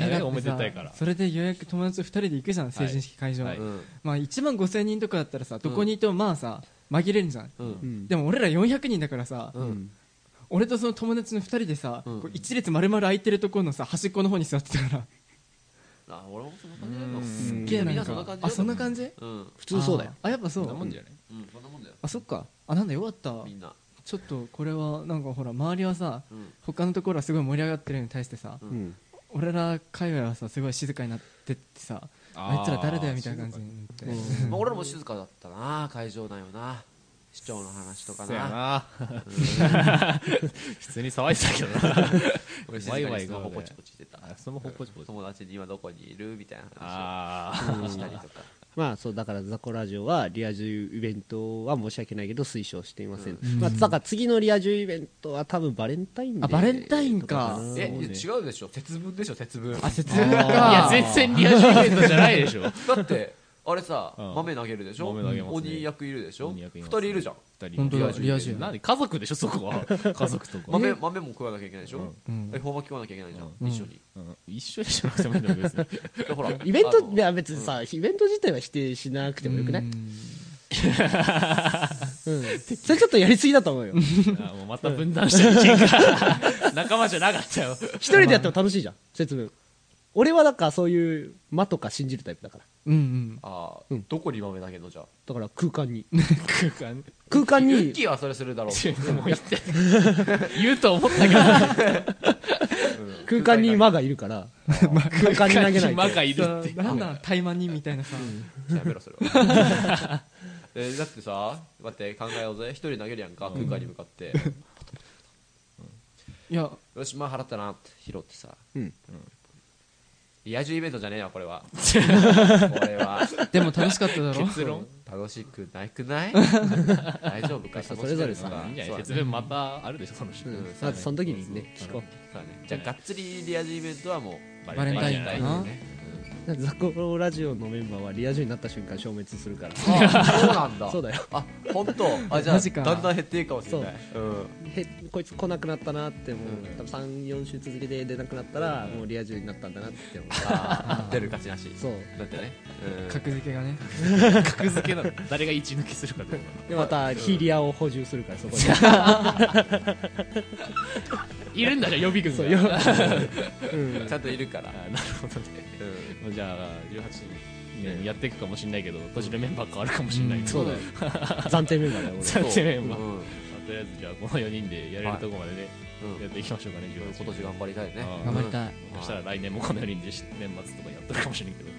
Speaker 2: ゃ ないおめでたいから
Speaker 5: それでようやく友達と二人で行くじゃん成人式会場
Speaker 2: はい
Speaker 3: うん
Speaker 5: まあ1万5000人とかだったらさどこにいてもまあさ紛れるじゃん
Speaker 3: うん
Speaker 1: うん
Speaker 5: でも俺ら400人だからさ
Speaker 3: うん
Speaker 5: 俺とその友達の二人でさ
Speaker 3: うん
Speaker 5: こう一列丸々空いてるところのさ端っこの方に座ってたから
Speaker 3: あ俺もそんな感じだよ
Speaker 1: すっげ
Speaker 3: みんなそんな感じ
Speaker 5: あそんな感じ
Speaker 3: うんうん
Speaker 1: 普通そうだよ
Speaker 5: あーあやっぱそ
Speaker 2: そん
Speaker 5: う
Speaker 2: なもんじゃない
Speaker 3: そんなもんだよ
Speaker 5: あそっかあなんだよかった
Speaker 3: みんな
Speaker 5: ちょっとこれはなんかほら周りはさ
Speaker 3: うん
Speaker 5: 他のところはすごい盛り上がってるのに対してさ
Speaker 1: うん、
Speaker 5: 俺ら界隈はさすごい静かになってってさあいつら誰だよみたいな感じになって
Speaker 3: まあ俺らも静かだったな会場だよな市長の話とか
Speaker 2: そうや
Speaker 3: な
Speaker 2: な 普通に騒いでたけどな
Speaker 3: 俺静かにスマホポチポチしてた
Speaker 2: あそのほっこちぽち
Speaker 3: 友達に今どこにいるみたいな話
Speaker 2: あ
Speaker 3: をしたりとか
Speaker 1: まあそうだからザコラジオはリア充イベントは申し訳ないけど推奨していません、
Speaker 5: うん
Speaker 1: まあ、だから次のリア充イベントは多分バレンタインデー
Speaker 5: あバレンタインか
Speaker 1: と
Speaker 3: え
Speaker 1: な
Speaker 3: 違うでしょ節分でしょ節分
Speaker 5: あ節分
Speaker 2: あいや
Speaker 5: か
Speaker 2: 全然リア充イベントじゃないでしょ
Speaker 3: だってあれさ
Speaker 2: うん
Speaker 3: 豆投げるでしょ
Speaker 2: 豆投げますね
Speaker 3: 鬼役いるでしょ
Speaker 2: 鬼役い
Speaker 3: 二
Speaker 2: ます
Speaker 3: 人いるじゃん
Speaker 2: 二人
Speaker 5: 本当だ
Speaker 3: リ
Speaker 5: リ
Speaker 3: ア
Speaker 5: ア
Speaker 3: 充
Speaker 5: 充
Speaker 2: なんで家族でしょそこは家族とか
Speaker 3: 豆豆も食わなきゃいけないでしょ
Speaker 5: うん
Speaker 3: えほうまき食わなきゃいけないじゃ
Speaker 5: うんん
Speaker 3: 一緒に
Speaker 2: うん一緒にしなくてもいいんだよ別に
Speaker 3: でほら
Speaker 1: イベント
Speaker 3: あ
Speaker 1: っ
Speaker 3: の
Speaker 1: て別にさ、イベント自体は否定しなくてもよくない、
Speaker 5: うん
Speaker 1: うんそれちょっとやりすぎだと 思うよ一
Speaker 2: あもうまた分断してる喧嘩 仲間じゃなかったよ
Speaker 1: 人でやっても楽しいじゃん節分俺はだからそういう間とか信じるタイプだから
Speaker 5: うんうん
Speaker 3: あ
Speaker 1: う
Speaker 3: ー
Speaker 1: ん
Speaker 3: どこに豆投げんのじゃあ
Speaker 1: だから空間に
Speaker 2: 空間
Speaker 1: 空間
Speaker 3: ユ
Speaker 1: に
Speaker 3: ッキーはそれするだろう
Speaker 2: もう言って言うと思ったけど
Speaker 1: 空間に間がいるから空間に投 げない
Speaker 2: 馬
Speaker 1: と
Speaker 2: がいる
Speaker 5: さ
Speaker 2: って
Speaker 5: なんだ怠慢人みたいなさ
Speaker 3: やめろそれはえーだってさ待って考えようぜ一人投げるやんか空間に向かって
Speaker 5: いや
Speaker 3: よしまあ払ったなって拾ってさ
Speaker 1: うん
Speaker 3: リア充イベントじゃねえなこれはこれは
Speaker 5: でも楽しかっただろ
Speaker 2: 結論
Speaker 3: 楽しくないくない大丈夫か
Speaker 1: 人それぞれさ
Speaker 3: 楽
Speaker 2: いいん
Speaker 3: し
Speaker 2: じ
Speaker 3: か
Speaker 2: ゃ
Speaker 3: そう
Speaker 2: ない
Speaker 3: だね
Speaker 2: 説明またあるでしょその
Speaker 1: う
Speaker 2: 人
Speaker 1: ん
Speaker 3: うん
Speaker 1: まあその時にね聞こう
Speaker 3: そうだねじゃあがっつりリア充イベントはもう
Speaker 5: バレンタイン
Speaker 2: バ
Speaker 5: だ
Speaker 2: レ
Speaker 5: な
Speaker 1: ザコロラジオのメンバーはリア充になった瞬間消滅するから
Speaker 3: あそうなんだ
Speaker 1: そうだよ
Speaker 3: あ本当あじゃあ
Speaker 5: マジか
Speaker 3: だんだん減っていくかもしれないうん
Speaker 1: へこいつ来なくなったなってもう多分34週続けて出なくなったらもうリア充になったんだなって思う
Speaker 3: あー出る価値なし
Speaker 1: そう
Speaker 3: だってねうん
Speaker 5: 格付けがね
Speaker 2: 格付けなの誰が一抜きするかどうか
Speaker 1: でまたヒーリアを補充するからそこに
Speaker 2: いるんだじゃあ予備軍が
Speaker 1: そうよ
Speaker 2: あ
Speaker 3: ちゃんといるから
Speaker 2: なるほどね
Speaker 3: うん
Speaker 2: もうじゃあ18年やっていくかもしれないけど途中でメンバー変わるかもしれないけど、
Speaker 1: そうだよ暫定メンバーだよ
Speaker 2: 暫定メンバー、
Speaker 3: うんうん
Speaker 2: まあとりあえずじゃあこの4人でやれるとこまでね、
Speaker 3: うん
Speaker 2: やっていきましょうかね18
Speaker 3: 今年頑張りたいね
Speaker 2: あー
Speaker 5: 頑張りたい
Speaker 2: そしたら来年もこの4人でし年末とかやってるかもしれんけど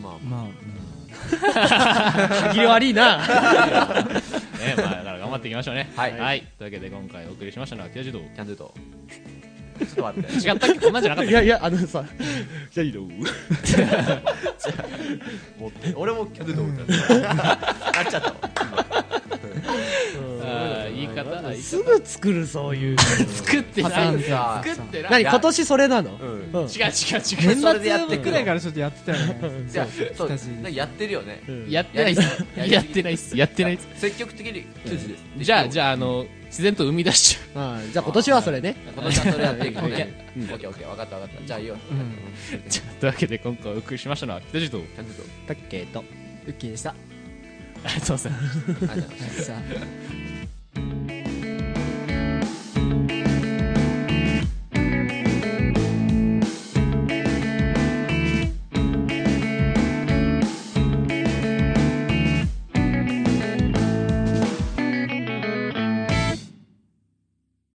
Speaker 3: ま
Speaker 5: まあ
Speaker 1: 歯切れ悪いな
Speaker 2: ねまあだから頑張っていきましょうね
Speaker 3: はい
Speaker 2: というわけで今回お送りしましたのは「キャジド
Speaker 3: あキャンドゥとちょっと待って
Speaker 2: 違ったっけこんなんじゃなかっ
Speaker 1: い
Speaker 2: たっ
Speaker 1: やいやあのさじゃあいいの
Speaker 3: 持って俺もキャデドみたいななっちゃった
Speaker 2: けあー言い方言い
Speaker 1: すぐ 作るそういう
Speaker 2: 方作って
Speaker 5: パ
Speaker 2: な
Speaker 5: ターン
Speaker 2: い
Speaker 5: さ
Speaker 2: 作ってない
Speaker 1: 何
Speaker 2: いや
Speaker 1: 今年それなの、
Speaker 3: うん
Speaker 1: う
Speaker 2: 違う違う違
Speaker 1: ん
Speaker 2: う
Speaker 5: 年
Speaker 3: それでやって
Speaker 5: 末
Speaker 3: く
Speaker 5: くらいからちょっとやってたよね
Speaker 3: じゃあそう
Speaker 5: ひた
Speaker 3: な
Speaker 5: すら
Speaker 3: んかやってるよね
Speaker 1: うん
Speaker 2: やってないっす
Speaker 3: やりすぎ
Speaker 2: やってないっすやってないっす
Speaker 3: 積極的に
Speaker 2: じゃあじゃああの自然と生み出しちゃ
Speaker 1: あーじゃあ今年はそれね
Speaker 3: あこのちゃんそれやっていくの
Speaker 2: いや
Speaker 3: ねオッケーオッケー分かった分かったじゃあいいよ
Speaker 5: うん
Speaker 2: うじゃあというわけで今回お送りしましたのは北地と
Speaker 3: キャデド
Speaker 1: だっけと
Speaker 5: ウッキーでした
Speaker 2: ありがとうございます
Speaker 3: ありがとうございました
Speaker 5: さあ